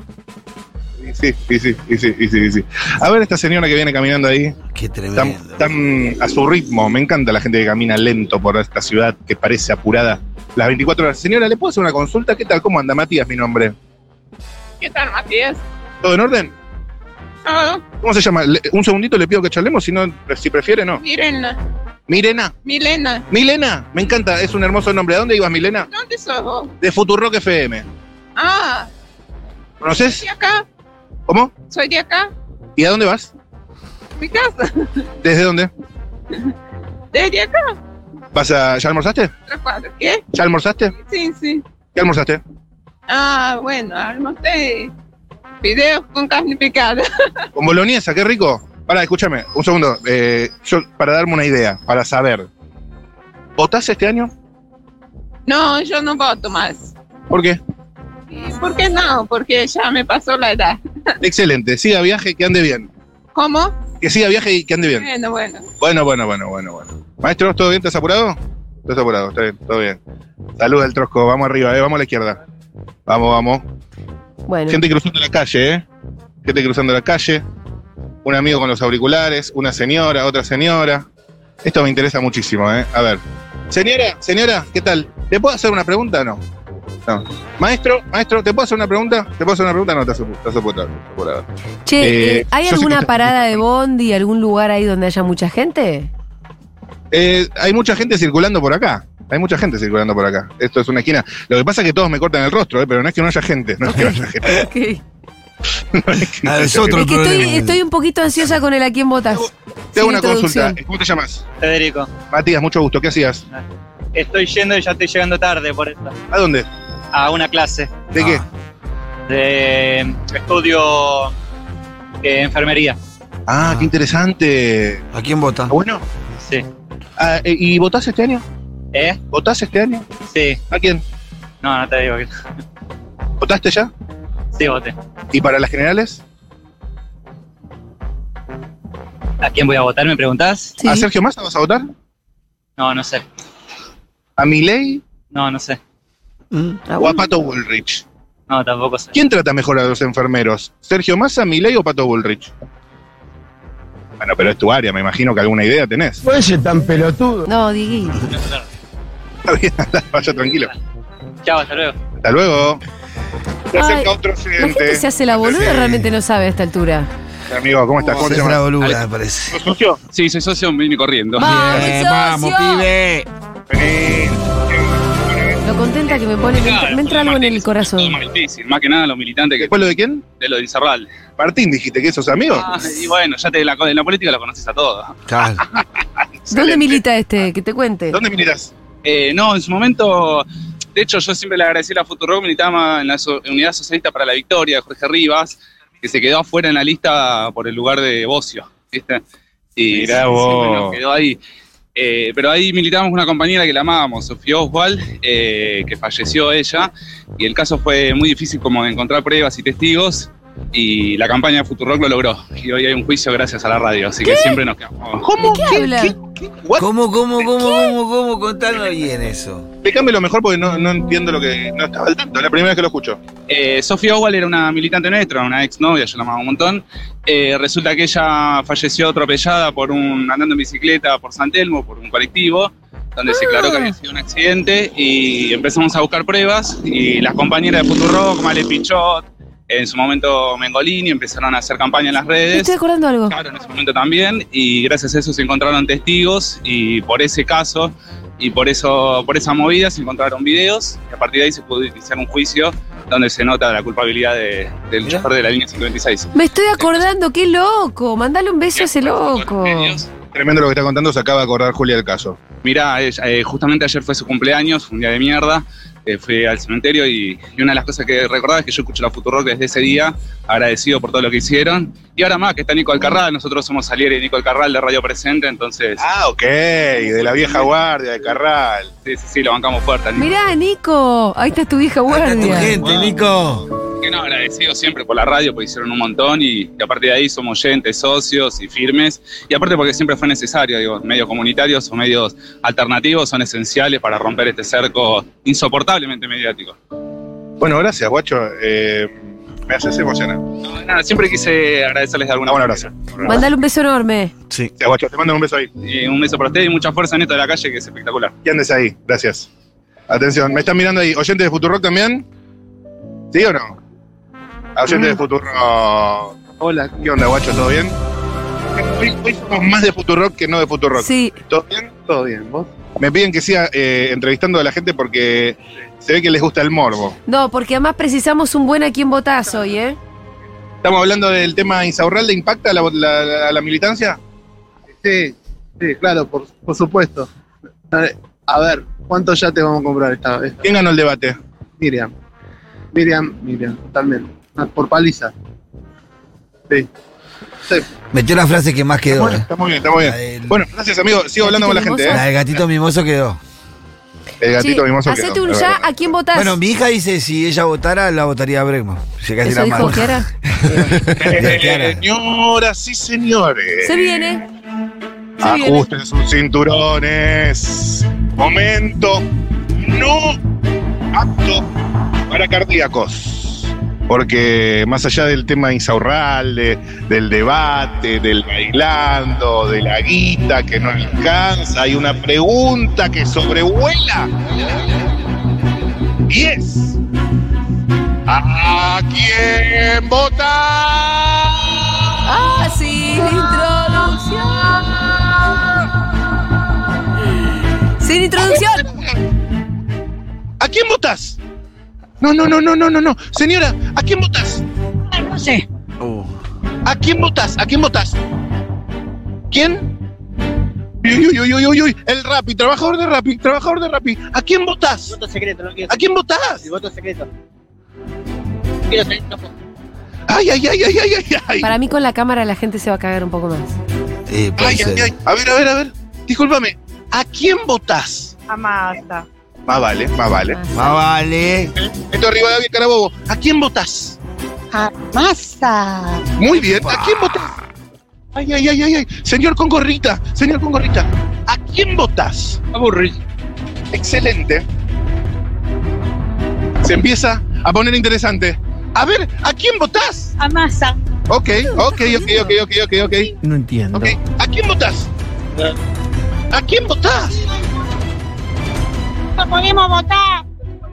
Speaker 10: Y sí, y sí, y sí, y sí, y sí. A ver esta señora que viene caminando ahí.
Speaker 2: Qué tremendo.
Speaker 10: Tan, tan a su ritmo. Me encanta la gente que camina lento por esta ciudad que parece apurada. Las 24 horas. Señora, ¿le puedo hacer una consulta? ¿Qué tal? ¿Cómo anda? Matías, mi nombre.
Speaker 17: ¿Qué tal, Matías? Ah.
Speaker 10: ¿Todo en orden? ¿Cómo se llama? Le- un segundito le pido que charlemos, si no, si prefiere, no.
Speaker 17: Mirena,
Speaker 10: Mirena.
Speaker 17: Milena,
Speaker 10: Milena, me encanta, es un hermoso nombre. ¿A dónde ibas, Milena?
Speaker 17: ¿dónde sos vos?
Speaker 10: De Futurock FM.
Speaker 17: Ah,
Speaker 10: ¿Conoces?
Speaker 17: acá,
Speaker 10: ¿Cómo?
Speaker 17: soy de acá,
Speaker 10: ¿Y a dónde vas?
Speaker 17: mi casa,
Speaker 10: ¿Desde dónde?
Speaker 17: desde acá.
Speaker 10: ¿Vas a... ¿Ya almorzaste?
Speaker 17: ¿Qué?
Speaker 10: ¿Ya almorzaste?
Speaker 17: Sí, sí.
Speaker 10: ¿Qué almorzaste?
Speaker 17: Ah, bueno, almorcé videos con carne picada. (laughs)
Speaker 10: Con boloñesa, qué rico. Pará, escúchame, un segundo. eh, yo, para darme una idea, para saber. ¿Votás este año?
Speaker 17: No, yo no voto más. (laughs)
Speaker 10: ¿Por qué?
Speaker 17: ¿Y ¿Por qué no? Porque ya me pasó la edad.
Speaker 10: Excelente, siga viaje, que ande bien.
Speaker 17: ¿Cómo?
Speaker 10: Que siga viaje y que ande bien.
Speaker 17: Bueno, bueno.
Speaker 10: Bueno, bueno, bueno, bueno, bueno. Maestro, ¿todo bien? ¿Estás apurado? Estás apurado, está bien, todo bien. Saluda al trosco, vamos arriba, eh, vamos a la izquierda. Vamos, vamos.
Speaker 1: Bueno,
Speaker 10: Gente cruzando la calle, ¿eh? Gente cruzando la calle. Un amigo con los auriculares, una señora, otra señora. Esto me interesa muchísimo, ¿eh? A ver. Señora, señora, ¿qué tal? ¿Te puedo hacer una pregunta o no? No. Maestro, maestro, ¿te puedo hacer una pregunta? ¿Te puedo hacer una pregunta? No, estás apu- estás apurado. estás apurado.
Speaker 1: che,
Speaker 10: Eh,
Speaker 1: eh, ¿hay
Speaker 10: yo sé
Speaker 1: alguna
Speaker 10: que está-
Speaker 1: parada de bondi, algún lugar ahí donde haya mucha gente?
Speaker 10: Eh, hay mucha gente circulando por acá. Hay mucha gente circulando por acá. Esto es una esquina. Lo que pasa es que todos me cortan el rostro, ¿eh? pero no es que no haya gente. No es que
Speaker 2: (laughs)
Speaker 10: no haya gente.
Speaker 1: Ok.
Speaker 10: No es que no haya
Speaker 2: Ah, es otro
Speaker 10: gente.
Speaker 1: Es que estoy, estoy un poquito ansiosa con el a quién votas.
Speaker 10: Te hago una
Speaker 1: Sin
Speaker 10: consulta.
Speaker 1: introducción.
Speaker 10: ¿Cómo te llamas?
Speaker 18: Federico,
Speaker 10: Matías, mucho gusto. ¿Qué hacías?
Speaker 18: estoy yendo y ya estoy llegando tarde por eso.
Speaker 10: ¿A dónde?
Speaker 18: A una clase
Speaker 10: ¿De qué?
Speaker 18: de estudio de enfermería.
Speaker 10: Ah, qué interesante.
Speaker 2: Ah, ¿A quién vota?
Speaker 10: Bueno.
Speaker 18: Sí.
Speaker 10: Ah, eh, ¿Y votás este año?
Speaker 18: ¿Eh?
Speaker 10: ¿Votás este año?
Speaker 18: Sí.
Speaker 10: ¿A quién?
Speaker 18: No, no te digo que...
Speaker 10: ¿Votaste ya?
Speaker 18: Sí, voté.
Speaker 10: ¿Y para las generales?
Speaker 18: ¿A quién voy a votar, me preguntás?
Speaker 10: ¿A Sergio Massa vas a votar?
Speaker 18: No, no sé.
Speaker 10: ¿A Milei?
Speaker 18: No, no sé.
Speaker 1: Ah,
Speaker 10: ¿O a Pato Bullrich?
Speaker 18: No, tampoco sé.
Speaker 10: ¿Quién trata mejor a los enfermeros? ¿Sergio Massa, Milei o Pato Bullrich? Bueno, pero es tu área, me imagino que alguna idea tenés.
Speaker 1: Pues es tan pelotudo. No, Digui.
Speaker 10: Está bien, andá, (laughs) vaya tranquilo.
Speaker 18: Chao, hasta luego.
Speaker 10: Hasta luego. Se
Speaker 1: Ay,
Speaker 10: acerca otro
Speaker 1: La gente
Speaker 10: accidente.
Speaker 1: se hace la boluda, realmente no sabe a esta altura.
Speaker 10: Amigo, ¿cómo estás?
Speaker 2: Oh, Se
Speaker 10: ¿Cómo te
Speaker 2: hace
Speaker 10: llamas?
Speaker 2: la boluda, me parece.
Speaker 10: ¿Sos socio?
Speaker 12: Sí, soy socio, me vine corriendo.
Speaker 1: ¡Vamos, socio!
Speaker 2: pibe!
Speaker 1: Lo contenta que me pone, me entra, me entra algo en el corazón.
Speaker 12: Difícil, más que nada los militantes que.
Speaker 10: ¿Pueblo de quién?
Speaker 12: De los de Incerral.
Speaker 10: Martín, dijiste que sos amigo.
Speaker 12: Ah, y bueno, ya te la, en la política lo conoces a todos.
Speaker 1: ¿Dónde milita este? Que te cuente.
Speaker 10: ¿Dónde militas?
Speaker 12: Eh, no, en su momento, de hecho, yo siempre le agradecí a la Futurock, militaba en la so- Unidad Socialista para la Victoria, de Jorge Rivas, que se quedó afuera en la lista por el lugar de Bocio. ¿viste? Y
Speaker 10: Mirá
Speaker 12: siempre
Speaker 10: vos.
Speaker 12: nos quedó ahí. Eh, pero ahí militábamos una compañera que la amábamos, Sofía Oswald, eh, que falleció ella, y el caso fue muy difícil como de encontrar pruebas y testigos, y la campaña de Futurock lo logró. Y hoy hay un juicio gracias a la radio, así que siempre nos quedamos.
Speaker 1: ¿Cómo? ¿De qué habla?
Speaker 2: ¿Cómo, cómo, cómo, cómo, cómo? Contalo bien eso.
Speaker 10: lo mejor porque no, no entiendo lo que. No estaba al tanto, es la primera vez que lo escucho.
Speaker 12: Eh, Sofía Owal era una militante nuestra, una ex novia, yo la amaba un montón. Eh, resulta que ella falleció atropellada por un andando en bicicleta por San Telmo, por un colectivo, donde se declaró que había sido un accidente y empezamos a buscar pruebas y las compañeras de Futurock, Male Pichot, en su momento Mengolini, empezaron a hacer campaña en las
Speaker 1: Me
Speaker 12: redes
Speaker 1: estoy acordando algo.
Speaker 12: ese momento también y gracias a eso se encontraron testigos y por ese caso y por eso por esa movida se encontraron videos y a partir de ahí se pudo iniciar un juicio donde se nota la culpabilidad de- del chofer de la línea 56.
Speaker 1: Me estoy acordando, qué loco. Mandale un beso a ese loco.
Speaker 10: Tremendo lo que está contando, se acaba de acordar Julia del caso.
Speaker 12: Mira, eh, justamente ayer fue su cumpleaños, fue un día de mierda. eh, fui al cementerio y, y una de las cosas que recordaba es que yo escucho la Futurock desde ese día, agradecido por todo lo que hicieron. Y ahora más, que está Nico Alcarral, nosotros somos Salieri y Nico Alcarral de Radio Presente, entonces...
Speaker 10: Ah, ok, de la vieja guardia de Carral.
Speaker 12: Sí, sí, sí, lo bancamos fuerte. al Nico.
Speaker 1: Mirá, Nico, ahí está tu vieja guardia.
Speaker 2: Nico.
Speaker 12: Que no, agradecido siempre por la radio, porque hicieron un montón y, y a partir de ahí somos oyentes, socios y firmes. Y aparte porque siempre fue necesario, digo, medios comunitarios o medios alternativos son esenciales para romper este cerco insoportablemente mediático.
Speaker 10: Bueno, gracias, guacho. eh, me haces emocionar. Ah,
Speaker 12: No, nada, siempre quise agradecerles de alguna
Speaker 10: Un abrazo.
Speaker 1: Mandale un beso enorme.
Speaker 10: Sí. guacho, te mando un beso ahí.
Speaker 12: Y eh, un beso para ustedes y mucha fuerza en esto de la calle que es espectacular.
Speaker 10: ¿Qué andes ahí? Gracias. Atención, me están mirando ahí. ¿Oyentes de Futurock también? ¿Sí o no? Ah, Oyentes de Futurock. Hola, ¿qué onda, guacho? ¿Todo bien? Hoy, hoy somos más de Futurock que no de Futurock.
Speaker 1: Sí.
Speaker 10: ¿Todo bien? Todo bien, ¿vos? Me piden que siga eh, entrevistando a la gente porque se ve que les gusta el morbo.
Speaker 1: No, porque además precisamos un buen a quien votás hoy, ¿eh?
Speaker 10: Estamos hablando del tema Insaurralde, ¿impacta la, la- la- la militancia?
Speaker 19: Sí, sí, claro, por, por supuesto. A ver, A ver, ¿cuánto ya te vamos a comprar esta vez?
Speaker 10: ¿Quién ganó el debate?
Speaker 19: Miriam. Miriam, Miriam, totalmente. Ah, Por paliza.
Speaker 2: Metió la frase que más quedó. eh.
Speaker 10: Está muy bien, está muy bien. Bueno, gracias, amigo. Sigo hablando con la gente,
Speaker 2: La
Speaker 10: ¿eh?
Speaker 2: del gatito mimoso quedó.
Speaker 10: El gatito
Speaker 1: Sí,
Speaker 10: mimoso
Speaker 1: hacete
Speaker 10: quedó,
Speaker 1: un
Speaker 10: la
Speaker 1: ya
Speaker 10: verdad.
Speaker 1: a quién votás.
Speaker 2: Bueno, mi hija dice si ella votara, la votaría a Bregman. Se casi
Speaker 1: Eso
Speaker 2: la
Speaker 1: dijo
Speaker 2: mano. (laughs)
Speaker 1: Kiara.
Speaker 10: Eh, Señoras y señores.
Speaker 1: Se
Speaker 10: eh,
Speaker 1: viene. Se viene.
Speaker 10: Ajusten sus Ah, cinturones. Momento no apto para cardíacos. Porque más allá del tema insaurralde, del debate, del bailando, de la guita que no alcanza, hay una pregunta que sobrevuela. Y es. ¿A quién vota?
Speaker 1: Ah, sin introducción. Sin introducción.
Speaker 10: ¿A quién votas? No, no, no, no, no, no, no. Señora, ¿a quién votas?
Speaker 18: Ah,
Speaker 10: Oh.
Speaker 15: No sé.
Speaker 10: ¿A quién votas? ¿A quién votas? ¿Quién? Uy, uy, uy, uy, uy, uy. El Rappi, trabajador de Rappi, trabajador de Rappi. ¿A quién votas?
Speaker 18: Voto secreto, no quiero.
Speaker 10: ¿A quién votás?
Speaker 18: El voto secreto. Quiero tener dos votos.
Speaker 10: Ay, ay, ay, ay, ay, ay, ay.
Speaker 1: Para mí con la cámara la gente se va a cagar un poco más.
Speaker 2: Eh, puede
Speaker 10: Ay, ay,
Speaker 2: ser.
Speaker 10: ay. A ver, a ver, a ver. Discúlpame. ¿A quién votás?
Speaker 15: Amada.
Speaker 10: Más vale, más vale.
Speaker 2: Más vale.
Speaker 10: Esto arriba de Carabobo. ¿A quién votás?
Speaker 15: Amasa.
Speaker 10: Muy bien. ¿A quién votás? Ay, ay, ay, ay, ay. Señor con gorrita, señor con gorrita. ¿A quién votás?
Speaker 12: Aburri.
Speaker 10: Excelente. Se empieza a poner interesante. A ver, ¿a quién votás?
Speaker 15: Amasa.
Speaker 10: Ok, ok, ok, ok, ok, ok, ok.
Speaker 2: No entiendo.
Speaker 10: Ok, ¿A quién votás? ¿A quién votás?
Speaker 15: No podemos votar.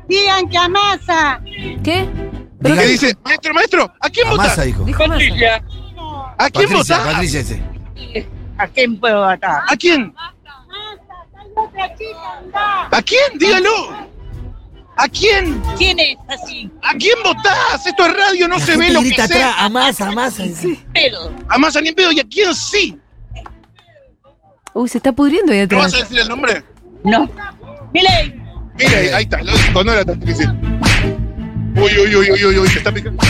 Speaker 15: Digan que a Massa.
Speaker 1: ¿Qué?
Speaker 10: ¿Qué dice? Maestro, maestro, ¿a quién
Speaker 2: A
Speaker 10: votás?
Speaker 2: Massa dijo.
Speaker 1: Dijo Massa.
Speaker 10: ¿A quién
Speaker 2: Patricia,
Speaker 10: votás?
Speaker 2: Patricia ese.
Speaker 15: ¿A quién puedo votar?
Speaker 10: ¿A quién? ¿A quién? Dígalo. ¿A quién?
Speaker 15: ¿Quién es así?
Speaker 10: ¿A quién votás? Esto es radio, no
Speaker 20: La
Speaker 10: se
Speaker 20: gente
Speaker 10: ve lo que
Speaker 20: grita
Speaker 10: sea.
Speaker 20: atrás, a Massa, a Massa.
Speaker 15: Pero.
Speaker 10: A Massa ni en pedo, ¿y a quién sí?
Speaker 1: Uy, se está pudriendo ahí
Speaker 10: ¿No
Speaker 1: atrás.
Speaker 10: vas a decir el nombre?
Speaker 15: No. Milei.
Speaker 10: Mire, ahí está, lo dijo, no era tan difícil. Uy, uy, uy, uy, uy, uy, se está picando.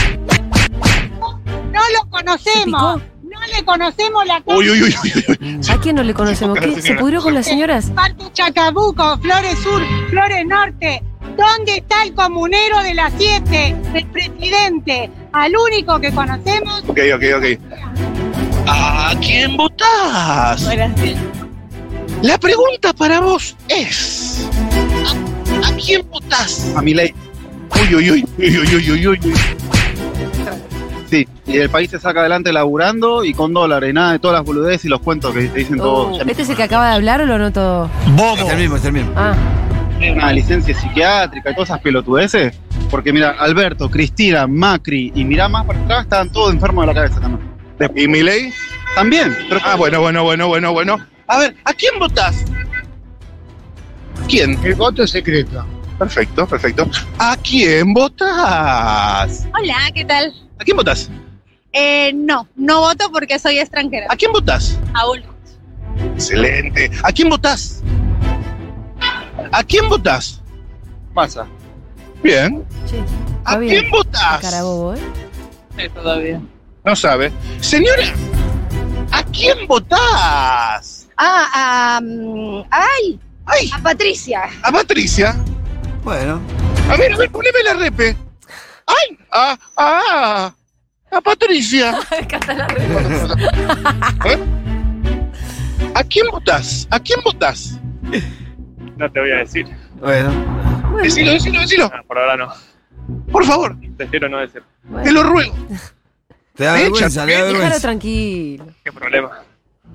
Speaker 15: No lo conocemos. No le conocemos la
Speaker 10: Uy, uy, uy, uy.
Speaker 1: ¿A quién no le conocemos? ¿Qué? ¿Se pudrió con las señoras?
Speaker 15: Parte Chacabuco, Flores Sur, Flores Norte. ¿Dónde está el comunero de las siete? El presidente. Al único que conocemos.
Speaker 10: Ok, ok, ok. ¿A quién votás? La pregunta para vos es: ¿A, a quién votás? A mi ley. Uy, uy, uy, uy, uy, uy, uy, uy.
Speaker 14: Sí, y el país se saca adelante laburando y con dólares, nada de todas las boludeces y los cuentos que te dicen
Speaker 1: Uh,
Speaker 14: todos. Ya me-
Speaker 1: ¿Este es el que acaba de hablar o lo noto?
Speaker 14: ¡Bobo!
Speaker 2: Es el mismo, es el mismo.
Speaker 1: Ah,
Speaker 14: Una licencia psiquiátrica y todas esas pelotudeces. Porque mira, Alberto, Cristina, Macri y mirá más para atrás, estaban todos enfermos de la cabeza también.
Speaker 10: ¿Y mi ley?
Speaker 14: También. pero-
Speaker 10: Ah, bueno, bueno, bueno, bueno, bueno. A ver, ¿a quién votás? ¿Quién? El voto es secreto. Perfecto, perfecto. ¿A quién votás?
Speaker 21: Hola, ¿qué tal?
Speaker 10: ¿A quién votás?
Speaker 21: Eh, no, no voto porque soy extranjera.
Speaker 10: ¿A quién votás?
Speaker 21: Aún.
Speaker 10: Excelente. ¿A quién votás? ¿A quién votás? Masa. Bien. ¿A quién votás?
Speaker 1: Carabobo, ¿eh?
Speaker 10: todavía. No sabe. Señora, ¿a quién votás?
Speaker 22: Ah, ah, mm, ay,
Speaker 10: ay,
Speaker 22: a Patricia.
Speaker 10: ¿A Patricia?
Speaker 2: Bueno.
Speaker 10: A ver, a ver, poneme la repe. ¡Ay! ¡Ah! ¡Ah! ¡A Patricia! (laughs) ¿Eh? ¿A quién votás? ¿A quién votás?
Speaker 16: No te voy a decir.
Speaker 2: Bueno.
Speaker 10: Decilo, decilo, decilo.
Speaker 16: Ah, por ahora no.
Speaker 10: Por favor.
Speaker 16: Prefiero no decir.
Speaker 10: Te lo ruego.
Speaker 2: Te da
Speaker 10: Me
Speaker 2: vergüenza,
Speaker 10: echan,
Speaker 2: te da
Speaker 10: me
Speaker 1: Déjalo
Speaker 10: echan.
Speaker 2: vergüenza.
Speaker 1: tranquilo.
Speaker 16: Qué problema.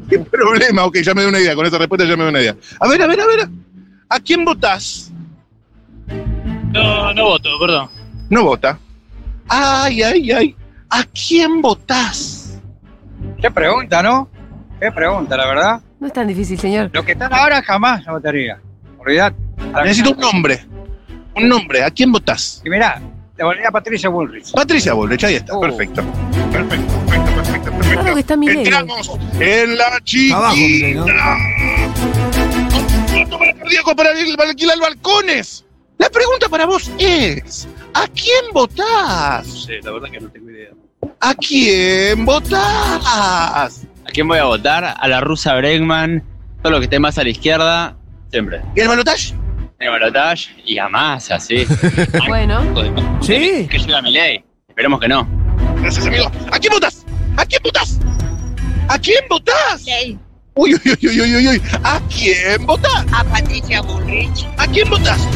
Speaker 10: ¿Qué problema? Ok, ya me dio una idea. Con esa respuesta ya me dio una idea. A ver, a ver, a ver. ¿A quién votás?
Speaker 16: No, no voto, perdón.
Speaker 10: No vota. Ay, ay, ay. ¿A quién votás?
Speaker 18: Qué pregunta, ¿no? Qué pregunta, la verdad.
Speaker 1: No es tan difícil, señor.
Speaker 18: Lo que están ahora jamás no votaría. Olvidate.
Speaker 10: Necesito un nombre. Un nombre. ¿A quién votás?
Speaker 18: Y mirá, te volvería a Patricia Bullrich.
Speaker 10: Patricia Bullrich, ahí
Speaker 2: Oh.
Speaker 10: está. Perfecto. Perfecto, perfecto, perfecto,
Speaker 1: Claro que
Speaker 10: perfecto.
Speaker 1: está mi ley.
Speaker 10: Entramos en la
Speaker 2: Abajo, Milei,
Speaker 10: chiquita.
Speaker 2: ¿no?
Speaker 10: Un punto para cardíaco para ir- para alquilar balcones. La pregunta para vos es, ¿a quién votás?
Speaker 12: sé, la verdad que no tengo idea.
Speaker 10: ¿A quién votás?
Speaker 23: ¿A quién voy a votar? A la rusa Bregman, todo lo que esté más a la izquierda, siempre.
Speaker 10: ¿Y el balotaje?
Speaker 23: El balotaje y a Massa,
Speaker 2: (laughs)
Speaker 23: sí.
Speaker 1: Bueno.
Speaker 23: ¿Sí? Que llega mi ley. Esperemos que no.
Speaker 10: Gracias, amigo. ¿A quién votás? ¿A quién votás? ¿A quién votás? Uy, uy, uy, uy, uy, uy, uy. ¿A quién votás?
Speaker 15: A Patricia Bullrich.
Speaker 10: ¿A quién votás?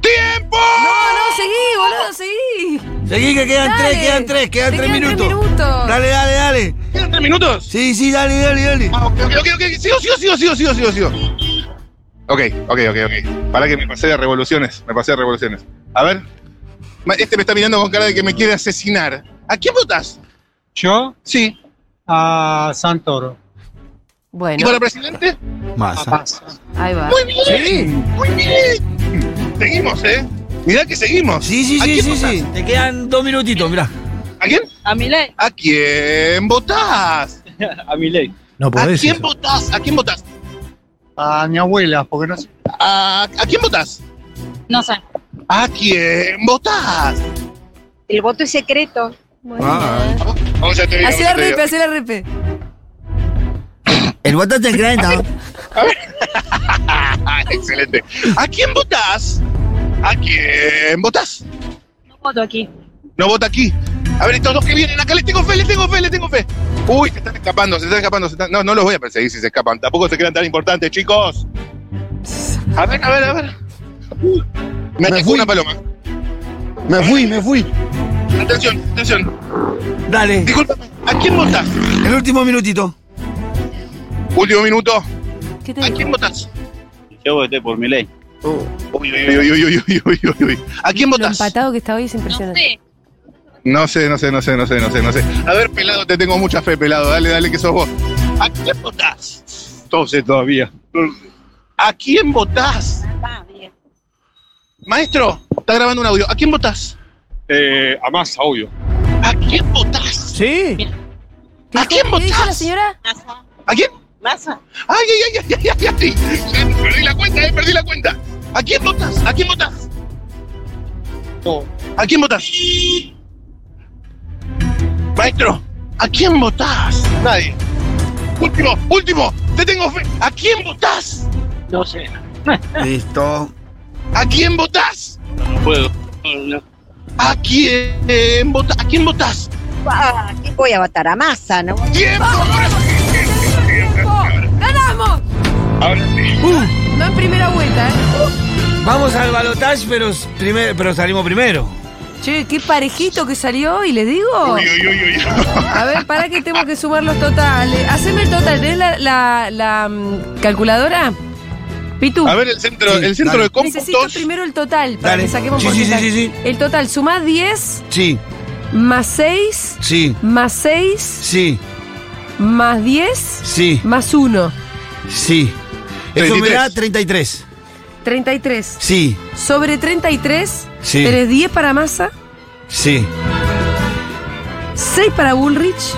Speaker 10: ¡Tiempo!
Speaker 1: No, no, seguí, boludo, seguí.
Speaker 2: Seguí que quedan
Speaker 1: Dale.
Speaker 2: tres, quedan tres, quedan
Speaker 1: Te
Speaker 2: tres
Speaker 1: quedan
Speaker 2: minutos.
Speaker 1: tres minutos.
Speaker 2: Dale, dale, dale.
Speaker 10: ¿Quedan tres minutos?
Speaker 2: Sí, sí, dale, dale, dale.
Speaker 10: Ah, ok, ok, ok, ok. Sigo, sigo, sigo, sigo, sigo, sigo, sigo. Ok, ok, ok, ok. Para que me pasé de revoluciones, me pasé de revoluciones. A ver. Ma- Este me está mirando con cara de que me quiere asesinar. ¿A quién votás?
Speaker 18: ¿Yo?
Speaker 10: Sí.
Speaker 18: A Santoro.
Speaker 10: ¿Y
Speaker 1: Bueno,
Speaker 10: con el presidente?
Speaker 2: Massa.
Speaker 1: ahí va.
Speaker 10: Muy bien. Muy bien. Seguimos, ¿eh? Mirá que seguimos.
Speaker 2: Sí, sí,
Speaker 10: ¿A
Speaker 2: sí,
Speaker 10: quién
Speaker 2: sí,
Speaker 10: votás?
Speaker 2: sí. Te quedan dos minutitos, mirá.
Speaker 10: ¿A quién?
Speaker 13: A mi ley.
Speaker 10: ¿A quién votás?
Speaker 18: A mi ley.
Speaker 4: No
Speaker 10: ¿A
Speaker 4: podés.
Speaker 10: quién votás? ¿A quién votás?
Speaker 14: A mi abuela, porque no sé.
Speaker 10: ¿A, a quién votás?
Speaker 21: No sé.
Speaker 10: ¿A quién votás?
Speaker 21: El voto es secreto.
Speaker 2: Ah,
Speaker 10: Vamos a tener
Speaker 1: Hacé la repe, hacé la repe.
Speaker 20: El voto
Speaker 10: (laughs)
Speaker 20: te creen,
Speaker 10: Ah, Excelente. ¿A quién votás? ¿A quién votás?
Speaker 21: No voto aquí.
Speaker 10: No vota aquí. A ver, estos dos que vienen acá, les tengo fe, les tengo fe, les tengo fe. Uy, se están escapando, se están escapando. se están- No, no los voy a perseguir si se escapan. Tampoco se crean tan importantes, chicos. A ver, a ver, a ver. Uy, me atacó una paloma.
Speaker 5: Me fui, me fui.
Speaker 10: Atención, atención.
Speaker 2: Dale.
Speaker 10: Disculpame, ¿a quién votás?
Speaker 2: El último minutito.
Speaker 10: Último minuto.
Speaker 1: ¿A
Speaker 10: quién votás?
Speaker 12: Yo voté por mi ley.
Speaker 10: Uh. Uy, uy, uy, uy, uy, uy, uy, uy, uy. ¿A quién
Speaker 1: Lo
Speaker 10: votás?
Speaker 1: empatado que está hoy es impresionante.
Speaker 10: No sé, no sé, no sé, no sé, no sé, no sé. A ver, pelado, te tengo mucha fe, pelado. Dale, dale, que sos vos. ¿A quién votás? Entonces todavía. ¿A quién votás? Maestro, está grabando un audio. ¿A quién votás?
Speaker 3: Eh, a más, obvio.
Speaker 10: ¿A quién votás?
Speaker 3: Sí.
Speaker 10: ¿A quién votás? la
Speaker 1: señora?
Speaker 10: ¿A quién? Massa. Ay, ay, ay, ay, ay, ay, ay. Perdí la cuenta, eh, perdí la cuenta. ¿A quién votás? ¿A quién votás? ¿A quién votás? Maestro, ¿a quién votás? Nadie. Último, último, te tengo fe. ¿A quién votás? No sé.
Speaker 2: Listo.
Speaker 10: ¿A quién votás? No puedo. ¿A quién votás? ¿A quién votás?
Speaker 6: ¿A quién Ah, voy a votar? A Massa, ¿no?
Speaker 10: ¡Tiempo!
Speaker 1: ¡Ganamos!
Speaker 10: Ahora sí.
Speaker 1: No en primera vuelta, ¿eh?
Speaker 2: Vamos al balotaje, pero, s- primer- pero salimos primero.
Speaker 1: Che, qué parejito que salió y les digo. A ver, para que tengo que sumar los totales. Haceme el total. ¿Tenés la, la- la, mm, calculadora? Pitu.
Speaker 10: A ver, el centro, el centro de
Speaker 1: Necesito
Speaker 10: cómputos.
Speaker 1: primero el total para
Speaker 10: Dale.
Speaker 1: que saquemos
Speaker 10: Sí, sí,
Speaker 1: porcentaje.
Speaker 10: sí, sí,
Speaker 1: El total, sumá 10
Speaker 2: Sí,
Speaker 1: más 6
Speaker 2: sí,
Speaker 1: más 6
Speaker 2: sí,
Speaker 1: más 10
Speaker 2: sí,
Speaker 1: más 1.
Speaker 2: sí. Eso me da 33.
Speaker 1: 33.
Speaker 2: Sí,
Speaker 1: Sobre 33,
Speaker 2: Sí.
Speaker 1: tenés 10 para masa,
Speaker 2: sí.
Speaker 1: 6 para Bullrich,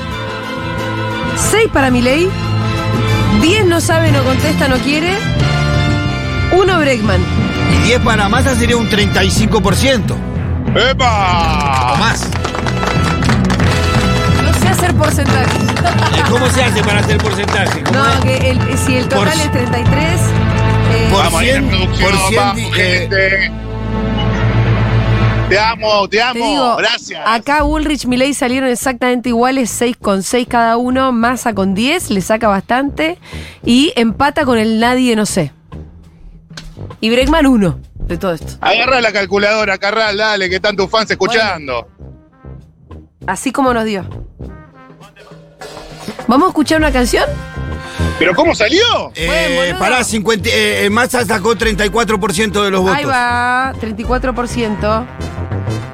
Speaker 1: 6 para Milei, 10 no sabe, no contesta, no quiere, 1 Bregman.
Speaker 2: Y 10 para masa sería un 35%.
Speaker 10: ¡Epa!
Speaker 2: O más.
Speaker 1: No sé hacer porcentaje.
Speaker 2: ¿Cómo se hace para hacer porcentaje? ¿Cómo
Speaker 1: No,
Speaker 2: es?
Speaker 1: que el- si el total
Speaker 2: Por-
Speaker 1: es 33, eh,
Speaker 2: Por
Speaker 10: Vamos, ahí la
Speaker 2: 100,
Speaker 10: producción,
Speaker 2: por eh, 100,
Speaker 10: vamos, gente. Te amo, te
Speaker 1: Te
Speaker 10: amo.
Speaker 1: digo,
Speaker 10: Gracias.
Speaker 1: acá Bullrich Milei salieron exactamente iguales, 6 con 6 cada uno, Massa con 10, le saca bastante y empata con el nadie, no sé. Y Bregman 1 de todo esto.
Speaker 10: Agarra la calculadora, Carral, dale, que están tus fans escuchando.
Speaker 1: Así como nos dio. ¿Vamos a escuchar una canción?
Speaker 10: ¿Pero cómo salió?
Speaker 2: Eh, pará, 50, eh, eh, Massa sacó 34% de los votos.
Speaker 1: Ahí va, 34%.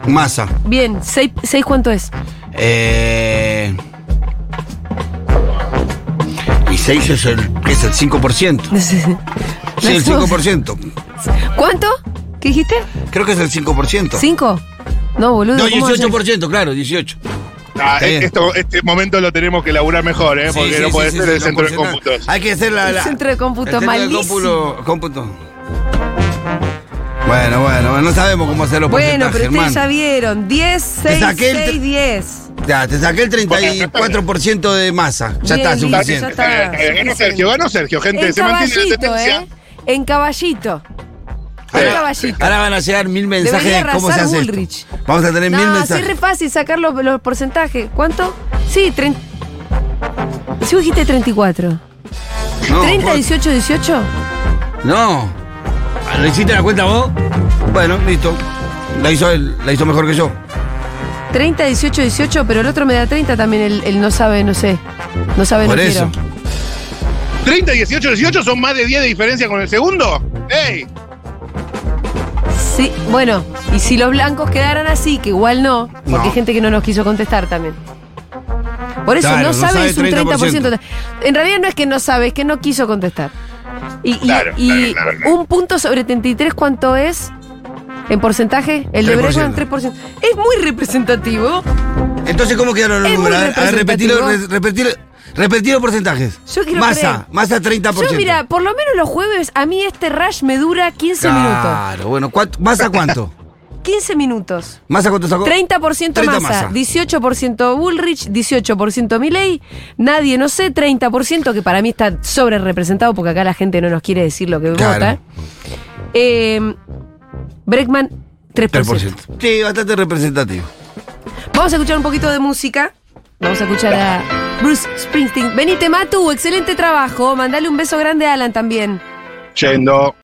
Speaker 2: Massa.
Speaker 1: Bien, 6, cuánto es? (laughs)
Speaker 2: Eh, y 6 es el, es el 5%. Sí, (laughs) el 5%.
Speaker 1: ¿Cuánto? ¿Qué dijiste?
Speaker 2: Creo que es el 5%.
Speaker 1: ¿5? No, boludo.
Speaker 2: No,
Speaker 1: ¿cómo va a ser?
Speaker 2: 18%, claro, 18.
Speaker 10: Ah,
Speaker 2: Está
Speaker 10: e-
Speaker 2: bien.
Speaker 10: esto- este momento lo tenemos que laburar mejor, ¿eh?
Speaker 2: Sí,
Speaker 10: Porque
Speaker 2: sí,
Speaker 10: no
Speaker 2: sí,
Speaker 10: puede
Speaker 2: sí,
Speaker 10: ser
Speaker 2: sí,
Speaker 10: el
Speaker 2: no,
Speaker 10: centro de
Speaker 2: porcentaje.
Speaker 10: cómputos.
Speaker 2: Hay que hacer la.
Speaker 1: El
Speaker 2: la-
Speaker 1: centro de cómputo
Speaker 2: el centro de
Speaker 1: malísimo.
Speaker 2: cómpulo- cómputo. Bueno, bueno, bueno, no sabemos cómo hacer los
Speaker 1: Bueno,
Speaker 2: porcentajes,
Speaker 1: pero ustedes ya
Speaker 2: hermano.
Speaker 1: vieron. 10, 6,
Speaker 2: saqué el
Speaker 1: 6, 10.
Speaker 2: Ya, te saqué el 34% de masa. Ya
Speaker 1: Bien,
Speaker 2: está,
Speaker 1: listo,
Speaker 2: suficiente.
Speaker 1: ya está.
Speaker 10: Está bien, Ganó Eh, Sergio, ganó Sergio, gente.
Speaker 1: en
Speaker 10: Se mantiene la
Speaker 1: caballito,
Speaker 10: tendencia.
Speaker 1: ¿eh? En caballito. En caballito.
Speaker 2: Ahora van a llegar mil mensajes de
Speaker 1: Debería
Speaker 2: cómo se
Speaker 1: arrasar
Speaker 2: hace. esto.
Speaker 1: Bullrich.
Speaker 2: Vamos a tener (laughs) mil
Speaker 1: No, sí es
Speaker 2: mensajes.
Speaker 1: re fácil sacar los, los porcentajes. ¿Cuánto? Sí, 30. Si vos dijiste 34.
Speaker 2: No,
Speaker 1: 30,
Speaker 2: vos-
Speaker 1: 18, 18.
Speaker 2: No. ¿Lo hiciste la cuenta vos? Bueno, listo. La hizo él, la hizo mejor que yo.
Speaker 1: 30, 18, 18, pero el otro me da 30 también, el, el no sabe, no sé. No sabe,
Speaker 2: Por
Speaker 1: no
Speaker 2: eso.
Speaker 1: quiero.
Speaker 10: 30, 18, 18 son más de 10 de diferencia con el segundo. ¡Ey!
Speaker 1: Sí, bueno, y si los blancos quedaran así, que igual no, porque
Speaker 2: No.
Speaker 1: hay gente que no nos quiso contestar también. Por eso,
Speaker 2: Claro,
Speaker 1: no,
Speaker 2: no
Speaker 1: sabe,
Speaker 2: sabe
Speaker 1: es un 30%.
Speaker 2: 30%.
Speaker 1: En realidad no es que no sabe, es que no quiso contestar. Y, y-
Speaker 2: Claro,
Speaker 1: y
Speaker 2: claro, claro, claro.
Speaker 1: un punto sobre 33, ¿cuánto es? En porcentaje, el de
Speaker 2: 3%.
Speaker 1: Bregman 3%. Es muy representativo.
Speaker 2: Entonces, ¿cómo quedaron los
Speaker 1: Es muy
Speaker 2: números? A ver, A ver, repetir, los-
Speaker 1: representativo.
Speaker 2: re- repetir, repetir los porcentajes.
Speaker 1: Yo quiero
Speaker 2: masa,
Speaker 1: creer.
Speaker 2: masa 30%.
Speaker 1: Yo, mira, por lo menos los jueves, a mí este rush me dura 15 minutos.
Speaker 2: Claro, bueno, ¿cuánto- ¿masa cuánto?
Speaker 1: 15 minutos.
Speaker 2: ¿Masa cuánto sacó?
Speaker 1: 30%
Speaker 2: 30
Speaker 1: masa, 18% Bullrich, 18% Milei, nadie, no sé, 30% que para mí está sobre representado porque acá la gente no nos quiere decir lo que
Speaker 2: Claro.
Speaker 1: vota. Eh, Breckman, 3%.
Speaker 2: 3%. Sí, bastante representativo.
Speaker 1: Vamos a escuchar un poquito de música. Vamos a escuchar a Bruce Springsteen. Venite, Matu, excelente trabajo. Mandale un beso grande a Alan también.
Speaker 10: Yendo.